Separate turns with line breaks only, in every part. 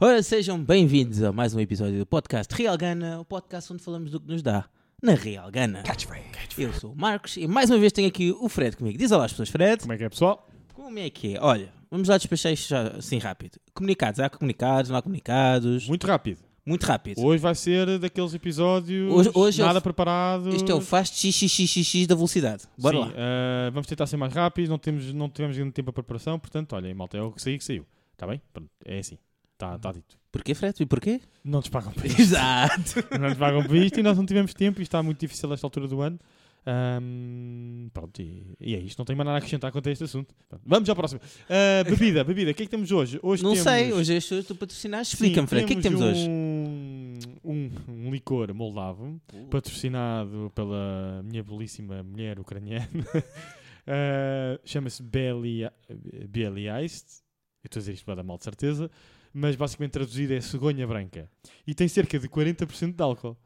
Ora, sejam bem-vindos a mais um episódio do podcast Real Gana, o podcast onde falamos do que nos dá na Real Gana.
Tá
Eu sou o Marcos e mais uma vez tenho aqui o Fred comigo. Diz olá às pessoas, Fred.
Como é que é, pessoal?
Como é que é? Olha, vamos lá despachar isto já assim rápido. Comunicados, há comunicados, não há comunicados. Muito,
Muito rápido.
rápido.
Hoje vai ser daqueles episódios
Hoje- hoje é
nada
o-
preparado.
Este é o fast xxxx da velocidade. Bora
Sim,
lá.
eh, vamos tentar ser mais rápidos, não, temos, não tivemos grande tempo a preparação, portanto, olhem, malta, é o que saiu que saiu. Está bem? Pronto, é assim. Está tá dito.
Porquê, Fred? E porquê?
Não nos pagam por isto.
Exato.
não nos pagam por isto e nós não tivemos tempo e está muito difícil nesta altura do ano. Ahm, pronto, e, e é isto. Não tenho mais nada a acrescentar quanto a este assunto. Pronto, vamos ao próximo. Ah, bebida, bebida, o que é que temos hoje? hoje
Não
temos...
sei, hoje és tu, tu patrocinaste.
Sim,
Explica-me, Fred, o que é que temos hoje?
um- Um, um licor moldavo, patrocinado pela minha belíssima mulher ucraniana. Ah, Chama-se Belly Belly Iced. Eu estou a dizer isto para dar mal de certeza. Mas basicamente traduzido é cegonha branca. E tem cerca de 40% de álcool.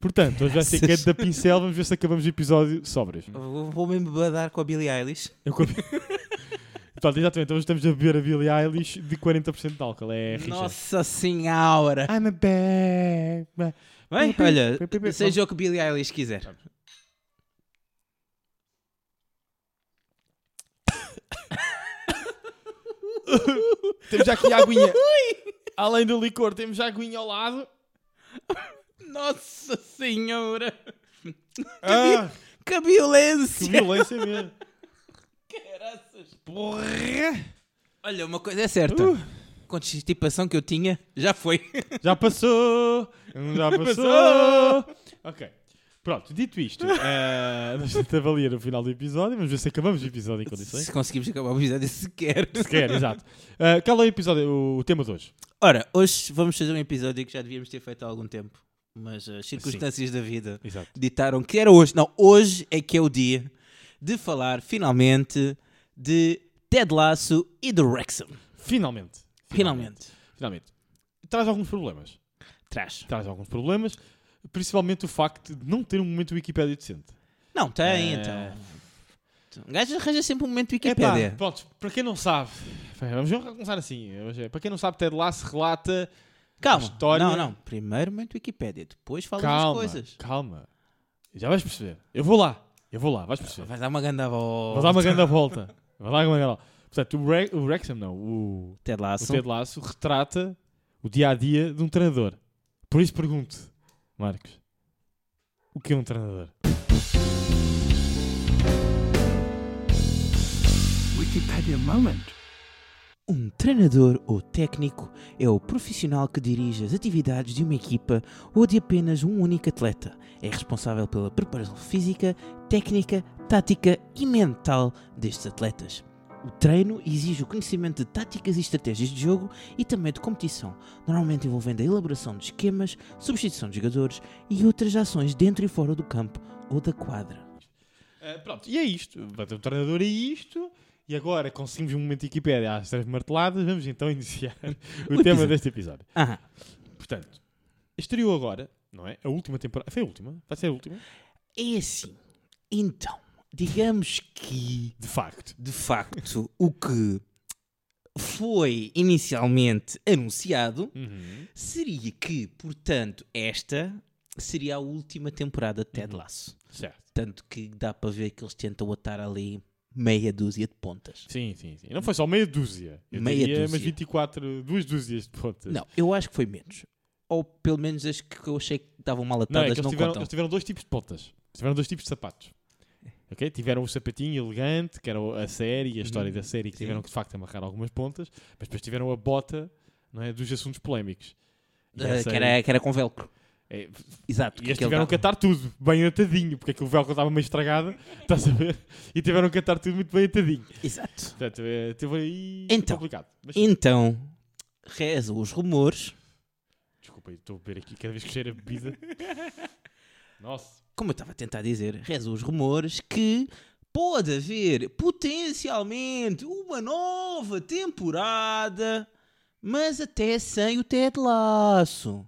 Portanto, hoje vai ser
Graças.
quente da pincel. Vamos ver se acabamos o episódio sóbrios.
Vou vou mesmo badar com a Billie Eilish.
Eu comi- Portanto, exatamente. Hoje estamos a beber a Billie Eilish de 40% de álcool. É rixa.
Nossa Senhora!
I'm a bad man.
Bem,
pi,
olha,
pi, pi, pi,
seja o que Billie Eilish quiser.
Temos já aqui a aguinha. Além do licor, temos já a aguinha ao lado.
Nossa Senhora!
Ah,
Que
que
violência!
violência mesmo.
Caraças.
Porra!
Olha, uma coisa é certa.
Uh.
Com a constipação que eu tinha, já foi.
Já passou! Já passou! ok. Pronto, dito isto, eh, vamos tentar avaliar o final do episódio. Vamos ver se acabamos o episódio em condições.
Se conseguimos acabar o episódio sequer.
Sequer, exato. Eh, qual é o episódio, o tema de hoje?
Ora, hoje vamos fazer um episódio que já devíamos ter feito há algum tempo. Mas as circunstâncias da vida
Exato.
ditaram que era hoje. Não, hoje é que é o dia de falar finalmente de Ted Lasso e do Wrexham.
Finalmente.
Finalmente.
Finalmente. Traz alguns problemas.
Traz.
Traz alguns problemas. Principalmente o facto de não ter um momento Wikipédia decente.
Não, tem
Eh,
então. Um gajo arranja sempre um momento de
Epá,
Wikipédia.
pronto, para quem não sabe, vamos começar assim. hoje é- Para quem não sabe, Ted Lasso relata.
Calma.
a história-
Não, não. Primeiro momento de Wikipédia, depois falas das
calma,
coisas.
calma. Já vais perceber. Eu vou lá, eu vou lá, vais perceber.
Vai dar uma ganda volta.
Vou dar uma grande volta. Vai lá, uma grande volta. Portanto, o, Re o Wrexham, não, o,
Ted
o
Lasso.
Ted Lasso retrata o dia a dia de um treinador. Por isso pergunto, Marcos, o que é um treinador?
Wikipedia moment.
Um treinador ou técnico é o profissional que dirige as atividades de uma equipa ou de apenas um único atleta. É responsável pela preparação física, técnica, tática e mental destes atletas. O treino exige o conhecimento de táticas e estratégias de jogo e também de competição, normalmente envolvendo a elaboração de esquemas, substituição de jogadores e outras ações dentro e fora do campo ou da quadra.
Ah, pronto, e é isto. Portanto, O treinador é isto. E agora conseguimos um momento de Wikipédia às três marteladas. Vamos então iniciar o,
O
tema
episódio.
deste episódio.
Ah,
Portanto, estreou agora, não é? A última temporada. Foi a última? Vai ser a última?
é assim. Então, digamos que.
De facto.
de facto o que foi inicialmente anunciado
Uhum.
seria que, portanto, esta seria a última temporada de
Uhum.
Ted Lasso.
Certo.
Tanto que dá para ver que eles tentam atar ali meia dúzia de pontas.
Sim, sim, sim. Não foi só meia dúzia. Eu
Meia
diria
dúzia.
umas 24, duas dúzias de pontas.
Não, eu acho que foi menos. Ou pelo menos as que eu achei que estavam mal
Não, é
atadas
que
não,
eles tiveram,
contam.
eles tiveram dois tipos de pontas. Eles tiveram dois tipos de sapatos. ok? Tiveram o sapatinho elegante, que era o- a série, a história da série, que
Uhum. Sim.
tiveram que de facto amarrar algumas pontas, mas depois tiveram a bota não é, dos assuntos polémicos. E
Ah,
essa
que,
aí-
era, que era com velcro.
é,
Exato.
e eles
aquele
tiveram que
dá-
atar tudo bem atadinho, porque aquele velcro estava meio estragado, estás a ver? E tiveram que atar tudo muito bem atadinho.
Exato.
Portanto, é, teve aí
Então.
complicado. Mas,
Então, rezam os rumores
Desculpa, eu estou a beber aqui cada vez que cheira a bebida. Nossa.
como eu estava a tentar dizer, rezam os rumores que pode haver potencialmente uma nova temporada, mas até sem o Ted Lasso.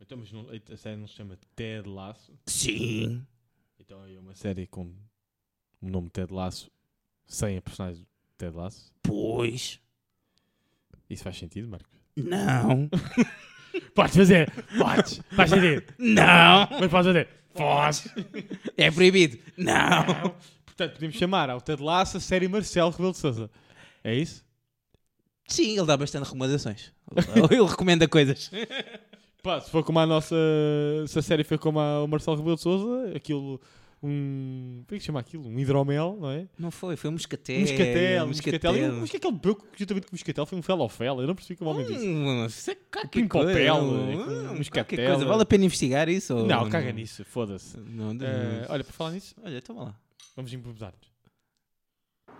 Então, mas não, a série não se chama Ted Lasso.
Sim.
Então é uma série com o nome Ted Lasso, sem a personagem Ted Lasso.
Pois.
Isso faz sentido, Marcos?
Não.
Podes fazer! Podes! Faz sentido!
Não.
Mas podes fazer! Podes!
É proibido. Não.
Portanto, podemos chamar ao Ted Lasso a série Marcelo Rebelo de Sousa. É isso?
Sim, ele dá bastante recomendações. ele recomenda coisas.
Pá, se for como a nossa. Se a série foi como a, o Marcelo Rebelo de Souza, aquilo. Um. Como é que se chama aquilo? Um hidromel, não é?
Não foi, foi um moscatel.
Um moscatel, um moscatel. E
moscatel.
o- mas o que é que ele bebeu juntamente com o moscatel? Foi um felofel. Eu não percebi como homem disse.
Hum, isso é qualquer
Pinho
coisa.
papel,
Hum,
eh, moscatel.
qualquer coisa. Vale a pena investigar isso? ou
Não, caga nisso, foda-se.
Não, não-
Eh, olha, para falar nisso,
Olha, toma lá.
vamos improvisar-nos.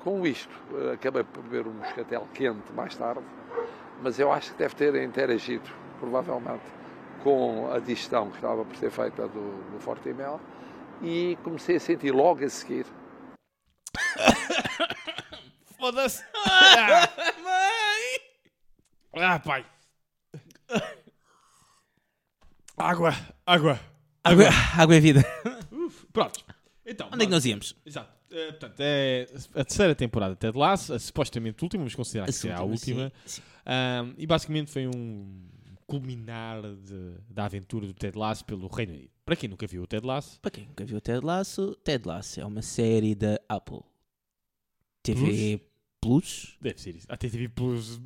Com isto, eh, acabei por beber um moscatel quente mais tarde, mas eu acho que deve ter interagido, provavelmente, com a digestão que estava por ser feita do, do Fortimel e comecei a sentir logo a seguir
Foda-se!
Mãe!
Ah, pai! Água! Água!
Água, água é vida.
Uf, pronto. Então,
Onde é que nós íamos?
Exato. Eh, portanto, é a terceira temporada de Ted Lasso, a supostamente última, vamos considerar que será a última.
sim, sim.
Ahm, e basicamente foi um culminar de- da aventura do Ted Lasso pelo Reino Unido. Para quem nunca viu o Ted Lasso,
Para quem nunca viu Ted Lasso, Ted Lasso é uma série da Apple TV Plus.
deve ser isso. A TTV Plus,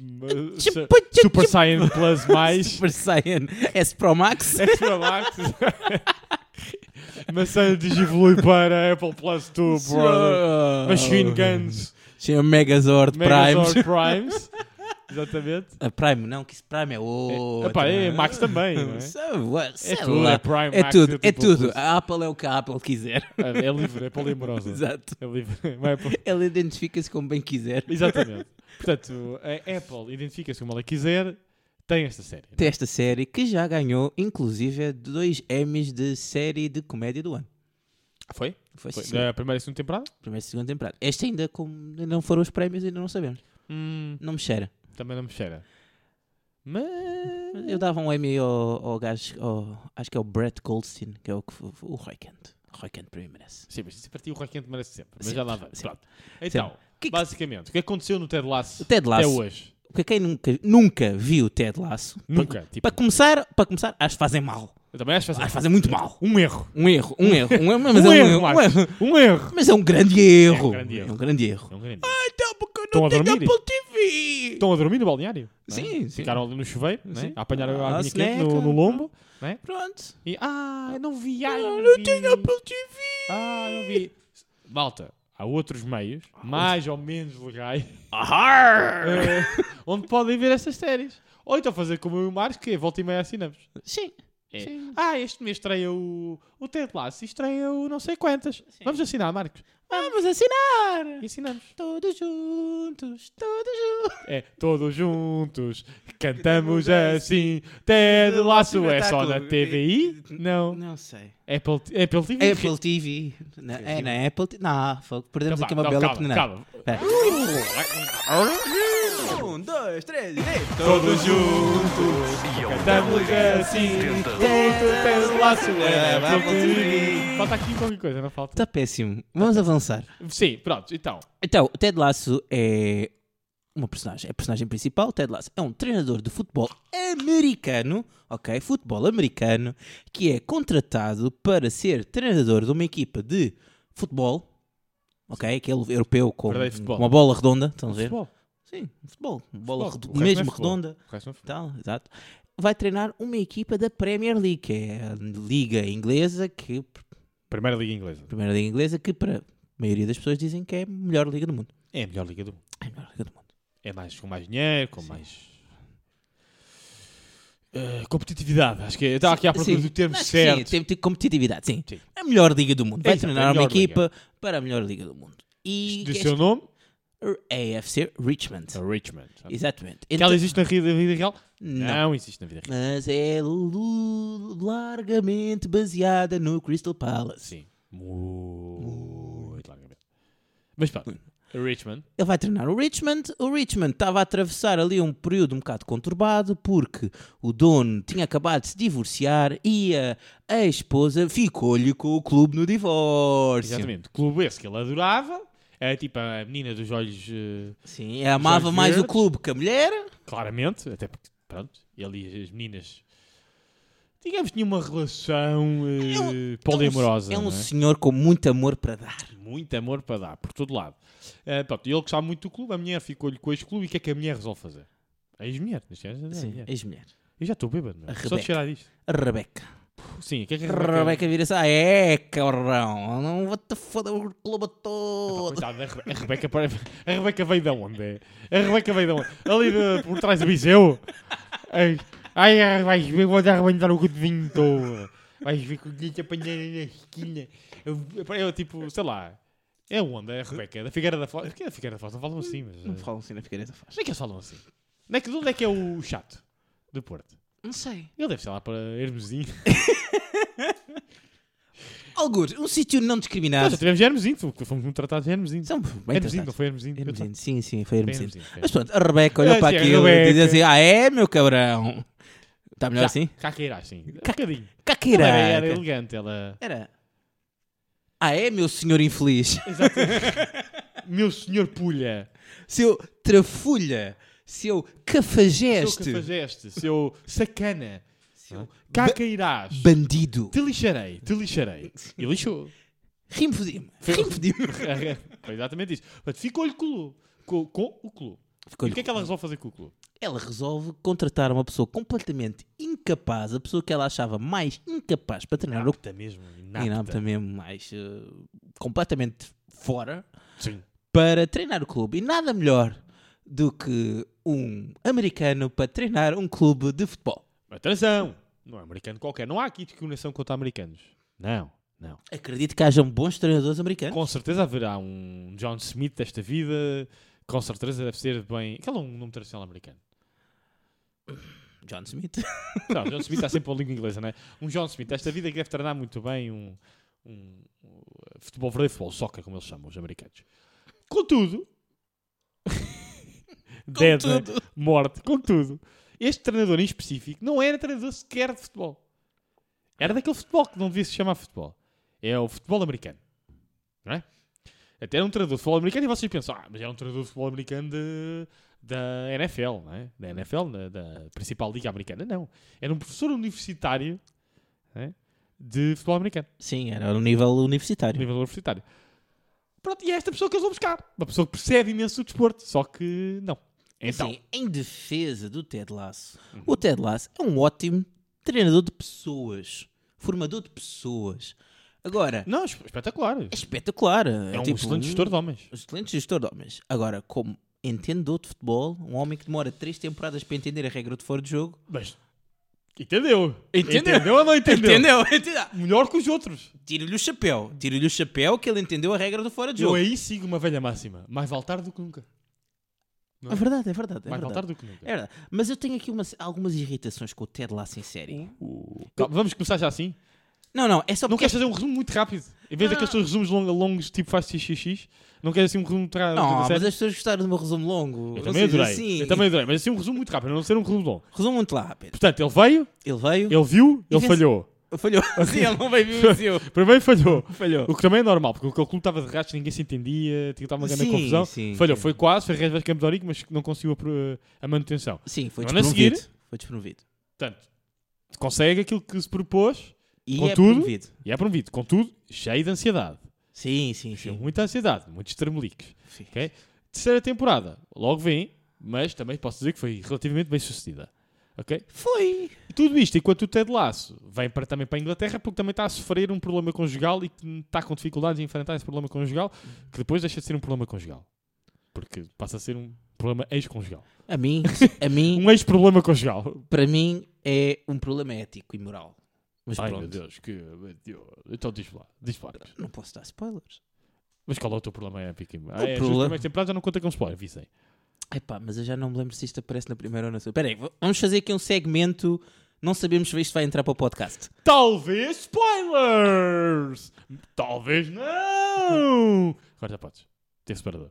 Tipo,
eh, Su-
tipo,
Super Saiyan Plus mais, É
Super Saiyan S Pro Max.
Extra Max. Maçã digivolui para Apple Plus 2, brother. Machine Guns,
Tinha Megazord,
Megazord
Prime.
Primes. Exatamente.
A Prime não, que isso Prime é
É,
outra.
epá, é Max também, não é?
Sei lá, sei
tudo,
lá.
é Prime,
É
Max,
tudo,
é
é
tipo
tudo.
Plus.
A Apple é o que a Apple quiser.
É livre, é polimorosa.
Exato.
É livre. Vai para-
Ela identifica-se como bem quiser.
Exatamente. Portanto, a Apple identifica-se como ela quiser, tem esta série. não é?
Desta série que já ganhou, inclusive, dois Emmys de série de comédia do ano.
Foi?
Foi,
Foi. é.
sim.
Da primeira e segunda temporada?
Primeira e segunda temporada. Esta ainda, como ainda não foram os prémios, ainda não sabemos.
Hum,
Não me cheira.
também não me cheira. Mas.
Mas Eu dava um Emmy ao, ao gajo, ao- acho que é o Brett Goldstein, que é o que f- f- o Roy Kent. Roy Kent para mim merece.
Sim, mas se partir o Roy Quente merece sempre. Mas
Sempre,
já lá vai.
sempre.
Pronto. Então,
Que que-
basicamente, o que aconteceu no Ted Lasso,
Ted Lasso.
até hoje?
Porque quem nunca, nunca viu Ted Lasso,
Nunca. Tipo,
para começar, para começar, acho que fazem mal.
eu também acho que
Acho que
faz-
fazem muito mal.
um erro.
Um erro, um erro, um erro, mas
um,
é
erro, Marcos. Um erro.
Mas é um grande erro.
grande erro.
É um grande erro.
É um grande erro.
Então, porque eu
Estão a dormir?
TV.
Estão a dormir no balneário? não é?
Sim, sim.
Ficaram ali no chuveiro, não é?
Sim.
a apanhar
Ah,
a
a
aguinha quente
soneca.
no, no lombo.
Pronto.
E, ah, eu não vi, ah, eu não, vi.
TV.
Ah, eu vi. Malta, há outros meios, mais ou menos legais, eh, onde podem ver essas séries. Ou então fazer como eu e o Marcos, que é volta e meia assinamos.
Sim.
É.
Sim.
Ah, este mês estreia o, o Ted Lasso e estreia o não sei quantas. Vamos assinar, Marcos.
Vamos assinar.
E assinamos.
Todos juntos, todos juntos.
É, todos juntos cantamos assim. Ted Lasso é só na TVI? Não.
Não sei.
Apple, Apple TV.
É Apple TV. Na- É na Apple TV. Não, fogo, perdemos
Calma,
aqui uma
Então não,
bela
calma,
oportunidade.
calma.
Espera. Um, dois, três,
Todos juntos cantamos assim. Juntos o laço é
Apple
TV. Falta aqui qualquer coisa, não falta?
Está Tá péssimo. Vamos avançar.
Sim, pronto, então.
Então, o Ted Lasso é uma personagem, é a personagem principal. O Ted Lasso é um treinador de futebol americano, ok? Futebol americano, que é contratado para ser treinador de uma equipa de futebol, ok? Aquele europeu com
Verdadeiro futebol.
uma bola redonda, estão a ver?
Futebol.
Sim, futebol. Uma bola redo-
Futebol. O resto não é
mesmo
futebol.
redonda
O resto não é futebol.
tal, exato. Vai treinar uma equipa da Premier League, que é a liga inglesa, que
Primeira Liga Inglesa.
primeira liga inglesa, que para a maioria das pessoas dizem que é a melhor liga do mundo.
É a melhor liga do mundo.
É a melhor liga do mundo.
É mais, com mais dinheiro, com mais. eh, competitividade, acho que eu estava aqui à procura
Sim.
do termo
Acho que Sim,
certo.
tem que ter competitividade, sim.
Sim.
A melhor liga do mundo. Vai
Exato, a
treinar uma
melhor
equipa para a melhor liga do mundo. E
Do
que
seu nome?
é AFC Richmond.
A Richmond.
Exatamente.
Que
Então-
ela existe na ri- na vida real?
Não.
existe na vida real.
Mas é lu- largamente baseada no Crystal Palace.
Sim. Muito largamente. Mas pá, Richmond.
Ele vai treinar o Richmond. O Richmond estava a atravessar ali um período um bocado conturbado porque o dono tinha acabado de se divorciar e a, a esposa ficou-lhe com o clube no divórcio.
Exatamente. Clube esse que ele adorava. É tipo a menina dos olhos, eh,
Sim, ela amava
olhos
mais o
verdes.
clube que a mulher.
claramente. Até porque, pronto, ele e as meninas. Digamos, tinha uma relação eh,
É um-
poliamorosa.
É um
não
senhor com muito amor para dar.
Muito amor para dar, por todo lado. Eh, pronto, ele gostava muito do clube, a mulher ficou-lhe com este clube e o que é que a mulher resolve fazer? A ex-mulher, neste caso, é a
Sim,
mulher.
ex-mulher.
Eu já estou bêbado, meu.
A
só de
Rebeca.
cheirar isto.
A Rebeca.
Sim, o que é que a Rebeca...
Rebeca vira-se. Ah, é, cabrão. Não vou-te foder o clube todo.
Coitada, a Rebe- a Rebeca, pare- a Rebeca veio de onde? A Rebeca veio de onde? Ali de- por trás do Viseu? Ai, ai, ai, vais ver, vou-te arrebentar o cotovinho todo. Vais ver que o dinheiro te apanhar na esquina. Eu, eu, tipo, sei lá. É onde? É a Rebeca? Da Figueira da Foz? Porquê da Figueira da Foz? Não falam assim, mas... eh,
falam assim na Figueiredo faz.
Onde é que eles falam assim? Onde é que, de onde é que é o chato do Porto?
Não sei.
Ele deve ser lá para Hermesinho.
Alguns, um sítio não
Nós
discriminado.
já tivemos Hermesinho, fomos- fomos um tratado de Hermesinho.
São bem
Hermesinho, não
tratados.
foi Hermesinho? É Eu
Hermesino, sim, sim, foi
tava-
Hermesino.
Hermesinho,
Mas pronto, a Rebeca olhou
Ah,
para
sim, a
aquilo e diz
Rebeca.
assim: Ah, é, meu cabrão. Está melhor
Já,
assim?
Cá que irá, sim. Um bocadinho.
Caqueira.
Ela era, era elegante, ela.
Era. Ah, é, meu senhor infeliz.
Exato. Meu senhor Pulha,
Seu trafulha. Seu
seu
cafajeste.
cafajeste, seu sacana,
Seu
cá que irás.
bandido.
Te lixarei, te lixarei. E lixou.
Rimo fodimo.
Foi-
Rimo fodimo.
Foi exatamente isso. Portanto, ficou-lhe com, o- com, com o clube. E o que é que ela resolve fazer com o clube?
Ela resolve contratar uma pessoa completamente incapaz, a pessoa que ela achava mais incapaz para treinar o
Inapta É mesmo. Inapta.
e não, também mais eh, completamente fora
Sim.
para treinar o clube. E nada melhor do que um americano para treinar um clube de futebol.
Atenção! Não é americano qualquer. Não há aqui discriminação contra americanos. Não, não.
Acredito que hajam bons treinadores americanos.
Com certeza haverá um John Smith desta vida. Com certeza deve ser bem. Aquele é um nome tradicional americano.
John Smith.
Não, John Smith está sempre a língua inglesa, não é? Um John Smith desta vida que deve treinar muito bem um, um, um futebol verdadeiro, futebol soccer, como eles chamam os americanos. Contudo, dead, né?
Contudo.
morte, contudo, este treinador em específico não era treinador sequer de futebol. Era daquele futebol que não devia se chamar futebol. É o futebol americano. Não é? Até era um treinador de futebol americano e vocês pensam, ah, mas era um treinador de futebol americano de- da NFL, não é? Da NFL, da, da principal liga americana. Não. Era um professor universitário não é? de futebol americano,
Sim, era no nível universitário.
nível universitário. Pronto, e é esta pessoa que eles vão buscar. Uma pessoa que percebe imenso o desporto, só que não. Então, Uhum.
Assim, em defesa do Ted Lasso, o Ted Lasso é um ótimo treinador de pessoas, formador de pessoas. Agora,
não, esp- espetacular.
é tipo espetacular.
É um excelente gestor de homens.
excelente gestor de homens. Agora, como entendedor de futebol, um homem que demora três temporadas para entender a regra de fora de jogo.
Mas entendeu?
Entendeu.
ou não entendeu?
Entendeu?
Melhor que os outros.
Tira-lhe o chapéu. Tira-lhe o chapéu que ele entendeu a regra do fora de
Eu
jogo.
aí sigo uma velha máxima. Mais vale tarde do que nunca.
É verdade, é verdade. É
Mais
verdade.
vale tarde do que nunca.
É verdade. Mas eu tenho aqui umas- algumas irritações com o Ted Lasso em série.
Uh. Calma, vamos começar já assim?
Não, não, é só
Não
porque.
queres fazer um resumo muito rápido? Em vez
Não.
daqueles teus resumos long- longos, tipo faz xxx, não queres assim um resumo muito rápido?
Não, ah,
da
mas
série?
as pessoas gostaram do meu resumo longo.
Eu
Ou
também
seja,
adorei.
assim,
Eu também adorei, mas assim um resumo muito rápido, a não ser um resumo longo.
Resumo muito lá rápido.
Portanto, ele veio,
Ele veio,
ele viu, ele
vence-
falhou.
falhou. Sim, ele não veio, assim. venceu.
Primeiro falhou.
Falhou.
O que também é normal, porque o clube estava de rastro, ninguém se entendia, tinha- estava uma grande
Sim,
confusão.
sim,
Falhou,
sim.
foi quase, foi Reis Campo de Ourique, mas não conseguiu a, pro- a manutenção.
Sim, foi
Não, na
despromovido.
seguir-
Foi despromovido.
Portanto, consegue aquilo que se propôs
E é
Contudo-
promovido.
e é promovido. Contudo, cheio de ansiedade.
Sim, sim,
Cheio
sim.
Muita ansiedade, muitos tremeliques.
Sim.
ok? Terceira temporada, logo vem, mas também posso dizer que foi relativamente bem sucedida. ok?
Foi.
E tudo isto enquanto o Ted Lasso vem para, também para a Inglaterra porque também está a sofrer um problema conjugal e que está com dificuldades em enfrentar esse problema conjugal que depois deixa de ser um problema conjugal. Porque passa a ser um problema ex-conjugal.
A mim, a mim,
Um ex-problema conjugal.
para mim, é um problema ético e moral. Mas
Ai meu
pronto,
Deus, que... meu Deus. Então diz lá, diz lá.
não posso dar spoilers.
Mas qual é o teu problema épico? Ah,
problema-
é, problema... temporada já não conta com spoiler, Vicente.
Epá, mas eu já não me lembro se isto aparece na primeira ou na segunda. Espera aí, v- vamos fazer aqui um segmento. Não sabemos se isto vai entrar para o podcast.
Talvez spoilers! Talvez não! Agora já podes. ter separador.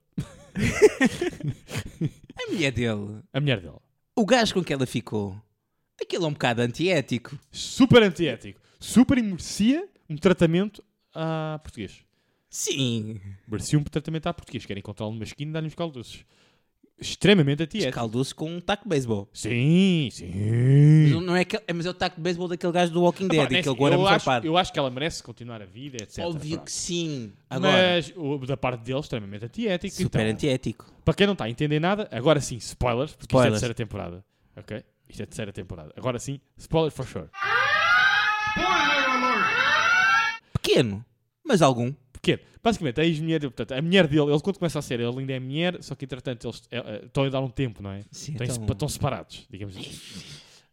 A mulher dele,
A mulher dele.
o gajo com que ela ficou, aquilo é um bocado antiético.
Super antiético. Super e merecia um tratamento a português.
Sim.
Merecia um tratamento a português. Querem encontrá-lo numa esquina e dar-lhe uns caldoces. Extremamente antiético.
Escaldou-se com um taco de beisebol.
Sim, sim.
Não não é, aquele, é, mas é o taco de beisebol daquele gajo do Walking
Pá,
Dead,
nesse-
aquele agora é
eu,
me
acho,
farpado.
eu acho que ela merece continuar a vida, etc.
Óbvio
Pronto.
que sim. Agora,
Mas o- da parte dele, extremamente antiético.
super
então,
antiético.
Para quem não está a entender nada, agora sim, spoilers, porque
Spoilers.
isto é a terceira temporada. Ok? Isto é a terceira temporada. Agora sim, spoilers for sure.
Pequeno, mas algum.
Porque, basicamente, a ex-mulher, portanto, a mulher dele, ele quando começa a ser, ele ainda é mulher, só que entretanto eles eh, eh, estão a dar um tempo, não é?
Sim,
Estão em
então-
sepa- estão separados, digamos assim.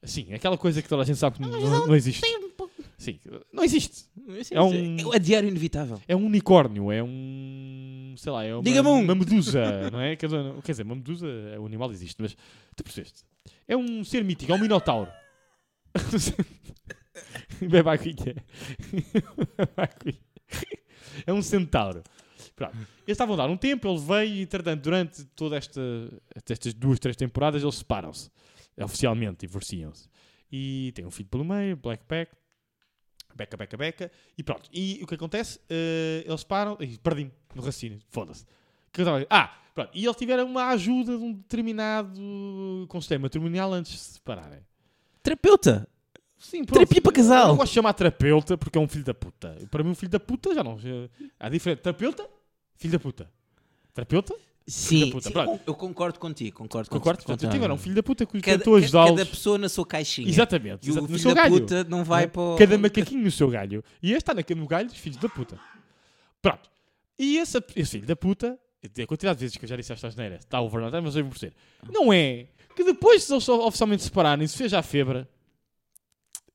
Sim, aquela coisa que toda a gente sabe que não, não existe.
Um
Sim, não existe. É um-
É o diário inevitável.
É um unicórnio, é um. sei lá, é uma,
Diga-me um.
uma medusa, não é? Quer dizer, quer dizer, uma medusa, é um animal existe, mas tu percebeste? É um ser mítico, é um minotauro. Bebe a aguinha. Bebe a aguinha. É um centauro. Pronto. Eles estavam a dar um tempo, ele veio e, entretanto, durante todas esta, estas duas, três temporadas, eles separam-se. é, Oficialmente, divorciam-se. E tem um filho pelo meio, Blackpack. Beca, beca, beca. E pronto. E o que acontece? Eh, eles param. Ih, Perdi-me no raciocínio. Foda-se. Que eu tava- Ah, pronto. E eles tiveram uma ajuda de um determinado conselho matrimonial antes de se separarem.
Terapeuta.
Sim, pronto.
Terapia para casal.
Eu não gosto de chamar terapeuta porque é um filho da puta. Para mim, um filho da puta já não. já- Há diferença. Terapeuta, filho da puta. Terapeuta?
Sim,
puta,
sim,
pronto.
eu concordo contigo. Concordo
Concordo.
contigo.
Portanto, eu tive era um filho da puta que
Cada,
tentou
ca-
ajudá-los.
cada pessoa na sua caixinha.
Exatamente.
E o
exato, no
filho
seu
da
galho.
puta não vai
Não é?
para o...
Cada macaquinho no seu galho. E este está naquele no galho dos filhos da puta. Pronto. E esse, esse filho da puta, a quantidade de vezes que eu já disse esta asneira, está overnight, mas eu por ser. Não é que depois de eles oficialmente se separarem, se fez à febre.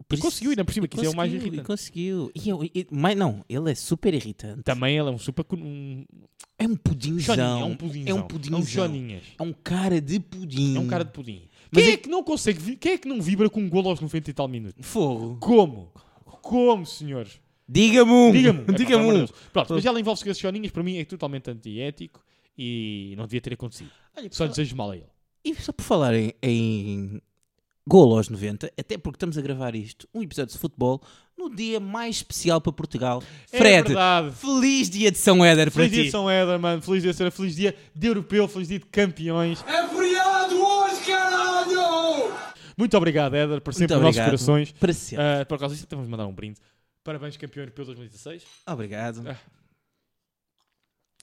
Por isso-
conseguiu, ainda por cima, que isso é o mais
Conseguiu,
irritante.
Conseguiu. E eu- e- mas não, ele é super irritante.
Também ele é um super. con- Um,
É um
choninho,
pudinzão.
é um pudinzão.
É um pudinzão.
É um choninhas.
É um cara de pudim.
É um cara de pudim.
Mas
quem
é-
é que não consegue. vi- Quem é que não vibra com um golo aos 90 e tal minutos?
Fogo.
Como? Como, senhores?
Diga-me um.
Diga-me. É
Diga-me
Pelo amor
um.
de Deus. Pronto, mas ela envolve-se com esses choninhas, para mim é totalmente antiético e não devia ter acontecido.
Olha,
Só
pessoal,
desejo mal a ele.
E só por falar em, em golo aos 90, até porque estamos a gravar isto, um episódio de futebol, no dia mais especial para Portugal.
é
Fred,
verdade.
feliz dia de São Éder para
Feliz dia
ti.
de São Éder, mano. Feliz dia de ser feliz dia de europeu, feliz dia de campeões.
É feriado hoje, caralho!
Muito obrigado, Éder, por sempre
Muito
nos nossos
obrigado.
corações.
Para sempre.
Ah, por causa disso, até vamos mandar um brinde. Parabéns, campeão europeu 2016.
Obrigado.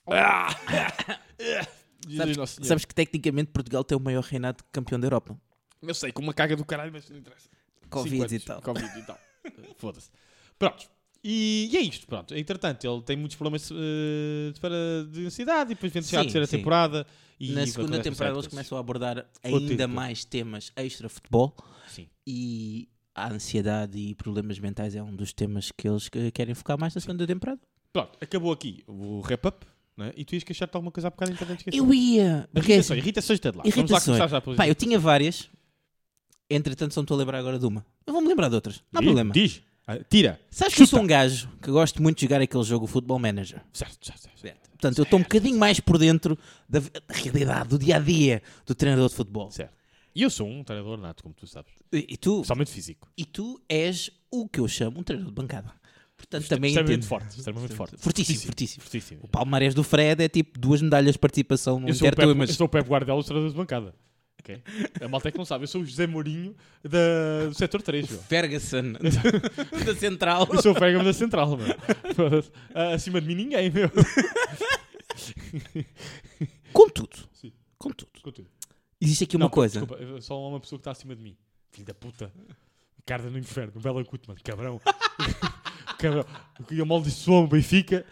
Ah,
Ah!
Jesus
Sabes,
Nosso Senhor.
sabes que tecnicamente Portugal tem o maior reinado de campeão da Europa.
Eu sei, com uma carga do caralho, mas não interessa. Cinco
Covid e
anos.
tal.
Covid e tal. Eh, Foda-se. Pronto. E, e é isto, pronto. Entretanto, ele tem muitos problemas eh, de para- de ansiedade e depois vem chegar a
Sim,
terceira
sim.
temporada. E
Na
vai
segunda
começar
temporada
a
eles
coisas.
começam a abordar
Outro
ainda
tipo.
mais temas extra-futebol
Sim.
e a ansiedade e problemas mentais é um dos temas que eles que- querem focar mais na segunda temporada.
Pronto, acabou aqui o wrap-up. né? E tu ias queixar-te alguma coisa há bocado, então não te esqueças.
Eu ia...
Mas
porque é
Irritações, irritações de lá. Vamos lá começar já pelas
Pá, eu tinha várias. Entretanto, só me estou a lembrar agora de uma. Eu vou-me lembrar de outras. Não há
Diz,
problema.
Diz. Ah, Tira.
Sabes que eu sou um gajo que gosto muito de jogar aquele jogo o Football Manager.
Certo, certo, certo.
Portanto, eu estou um bocadinho mais por dentro da vi- da realidade, do dia a dia do treinador de futebol.
certo. E eu sou um treinador nato, como tu sabes.
E, e tu,
Especialmente físico.
e tu és o que eu chamo um treinador de bancada. Portanto, também
Extremamente
entendo.
forte. Extremamente forte.
Fortíssimo, fortíssimo.
Fortíssimo.
O palmarés do Fred é tipo duas medalhas de participação no
Eu sou, o
Inter
Pep, eu
mas
sou o Pep Guardiola dos treinadores de bancada. ok? A malta é que não sabe. Eu sou o José Mourinho da- do setor 3, meu.
Ferguson da Central.
Eu sou o Fergam da Central, meu. Foda-se. Ah, acima de mim ninguém, meu.
Contudo,
Sim.
contudo,
Contudo.
existe aqui uma
Não,
coisa.
Desculpa, eu- só há uma pessoa que está acima de mim. Filho da puta. Carda no inferno. um Bela Gutman. Cabrão. Cabrão. E eu maldiçoou o um Benfica.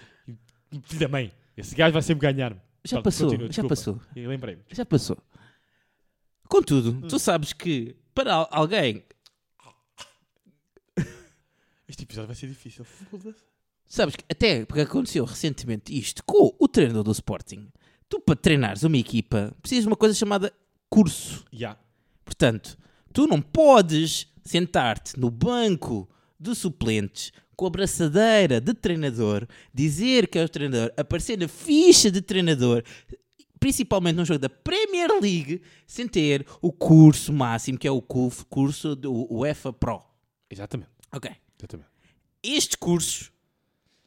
Filho da mãe. Esse gajo vai sempre ganhar-me.
Já
Pronto,
passou,
continua,
já
desculpa.
passou.
E lembrei-me.
Já passou. Contudo,
Hum.
tu sabes que para al- alguém,
Este episódio vai ser difícil. Foda-se.
sabes que até porque aconteceu recentemente isto com o treinador do Sporting, tu para treinares uma equipa precisas de uma coisa chamada curso.
Já.
Portanto, tu não podes sentar-te no banco de suplentes com a braçadeira de treinador, dizer que é o treinador, aparecer na ficha de treinador, principalmente num jogo da Premier League, sem ter o curso máximo, que é o cu- curso do UEFA Pro.
Exatamente.
Ok.
Exatamente.
Estes cursos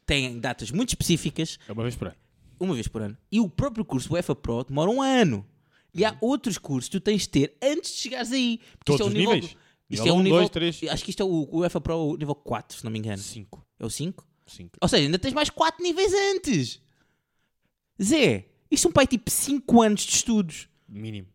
têm datas muito específicas,
É uma vez por ano.
uma vez por ano. E o próprio curso UEFA Pro demora um ano. E há outros cursos que tu tens de ter antes de chegares aí. Porque
Todos
isto é um
os
nível-
níveis.
Isto
Nível
é um
um,
nível,
dois, três.
Acho que isto é o o UEFA Pro é o nível 4, se não me engano.
5.
É o 5?
5.
Ou seja, ainda tens mais 4 níveis antes. Zé, isto são para aí tipo 5 anos de estudos.
Mínimo.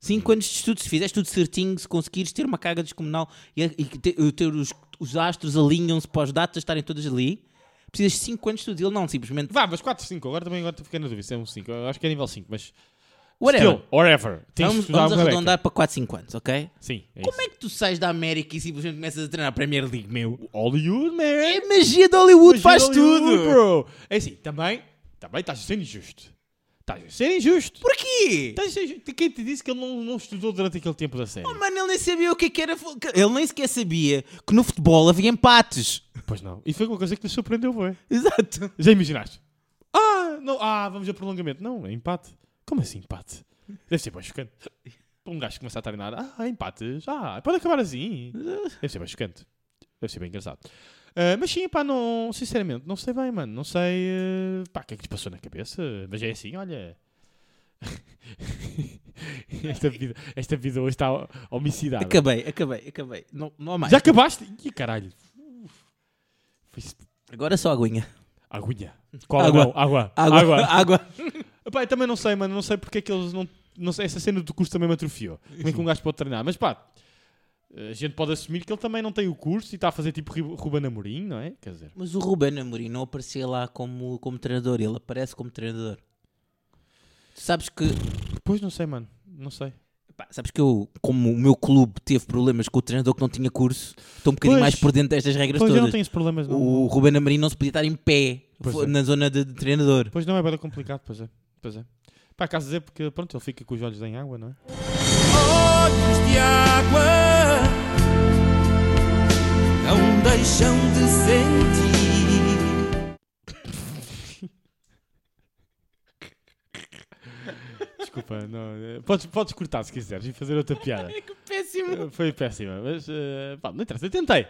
5 anos de estudos, se fizeres tudo certinho, se conseguires ter uma carga descomunal e, e que te- e ter os, os astros alinham-se para as datas estarem todas ali, precisas de 5 anos de estudos. Ele não, simplesmente.
Vá, mas 4, 5. Agora também agora fiquei na dúvida. Se é um 5. Acho que é nível 5, mas.
Whatever.
Still, or ever. Tens de
Vamos,
estudar
vamos
uma beca.
arredondar para 4, 5 anos, ok?
Sim. É
Como é que tu sais da América e simplesmente começas a treinar a Premier League, meu?
Hollywood, man.
É magia de Hollywood,
Mas
faz
Hollywood,
tudo!
bro. É assim, também. Também estás a ser injusto. Estás a ser injusto.
Porquê?
Estás a ser injusto. Quem te disse que ele não, não estudou durante aquele tempo da série?
Oh, Mano, ele nem sabia o que é que era. fu- que- Ele nem sequer sabia que no futebol havia empates.
Pois não. E foi uma coisa que nos surpreendeu, foi.
Exato.
Já imaginaste? Ah, não, ah, vamos a prolongamento. Não, é empate. Como assim empate? Deve ser bem chocante. Para um gajo começar a treinar, ah, empates, ah, pode acabar assim. Deve ser bem chocante. Deve ser bem engraçado. Ah, mas sim, pá, não, sinceramente, não sei bem, mano. Não sei, eh, pá, o que é que te passou na cabeça? Mas é assim, olha. esta, vida, esta vida hoje está homicidada.
Acabei, acabei, acabei. Não, não há mais.
Já acabaste? Ih, caralho. Foi-se.
Agora só aguinha.
Aguinha. Qual
Água.
não? Água.
Água.
Água.
água.
Pá, eu também não sei, mano. Não sei porque é que eles não. não sei, essa cena do curso também me atrofiou. Como é que um gajo pode treinar? Mas pá, a gente pode assumir que ele também não tem o curso e está a fazer tipo Ru- Ruben Amorim, não é? Quer dizer,
Mas o Ruben Amorim não aparecia lá como, como treinador. Ele aparece como treinador. Tu sabes que...
depois não sei, mano. Não sei.
pá, sabes que eu, como o meu clube teve problemas com o treinador que não tinha curso, estou um bocadinho
Pois.
mais por dentro destas regras
Pois eu não
todas.
tenho esses problemas, não.
O Ruben Amorim não se podia estar em pé
Pois
fo-
é.
na zona de, de treinador.
Pois não é bem complicado, pois é. Pois é. Pá, caso dizer, porque pronto, ele fica com os olhos em água, não é?
olhos de água não deixam de sentir.
Desculpa, não. eh, Podes, podes cortar se quiseres e fazer outra piada.
Que péssimo.
Eh, Foi péssima, mas eh, pá, não interessa. Eu tentei.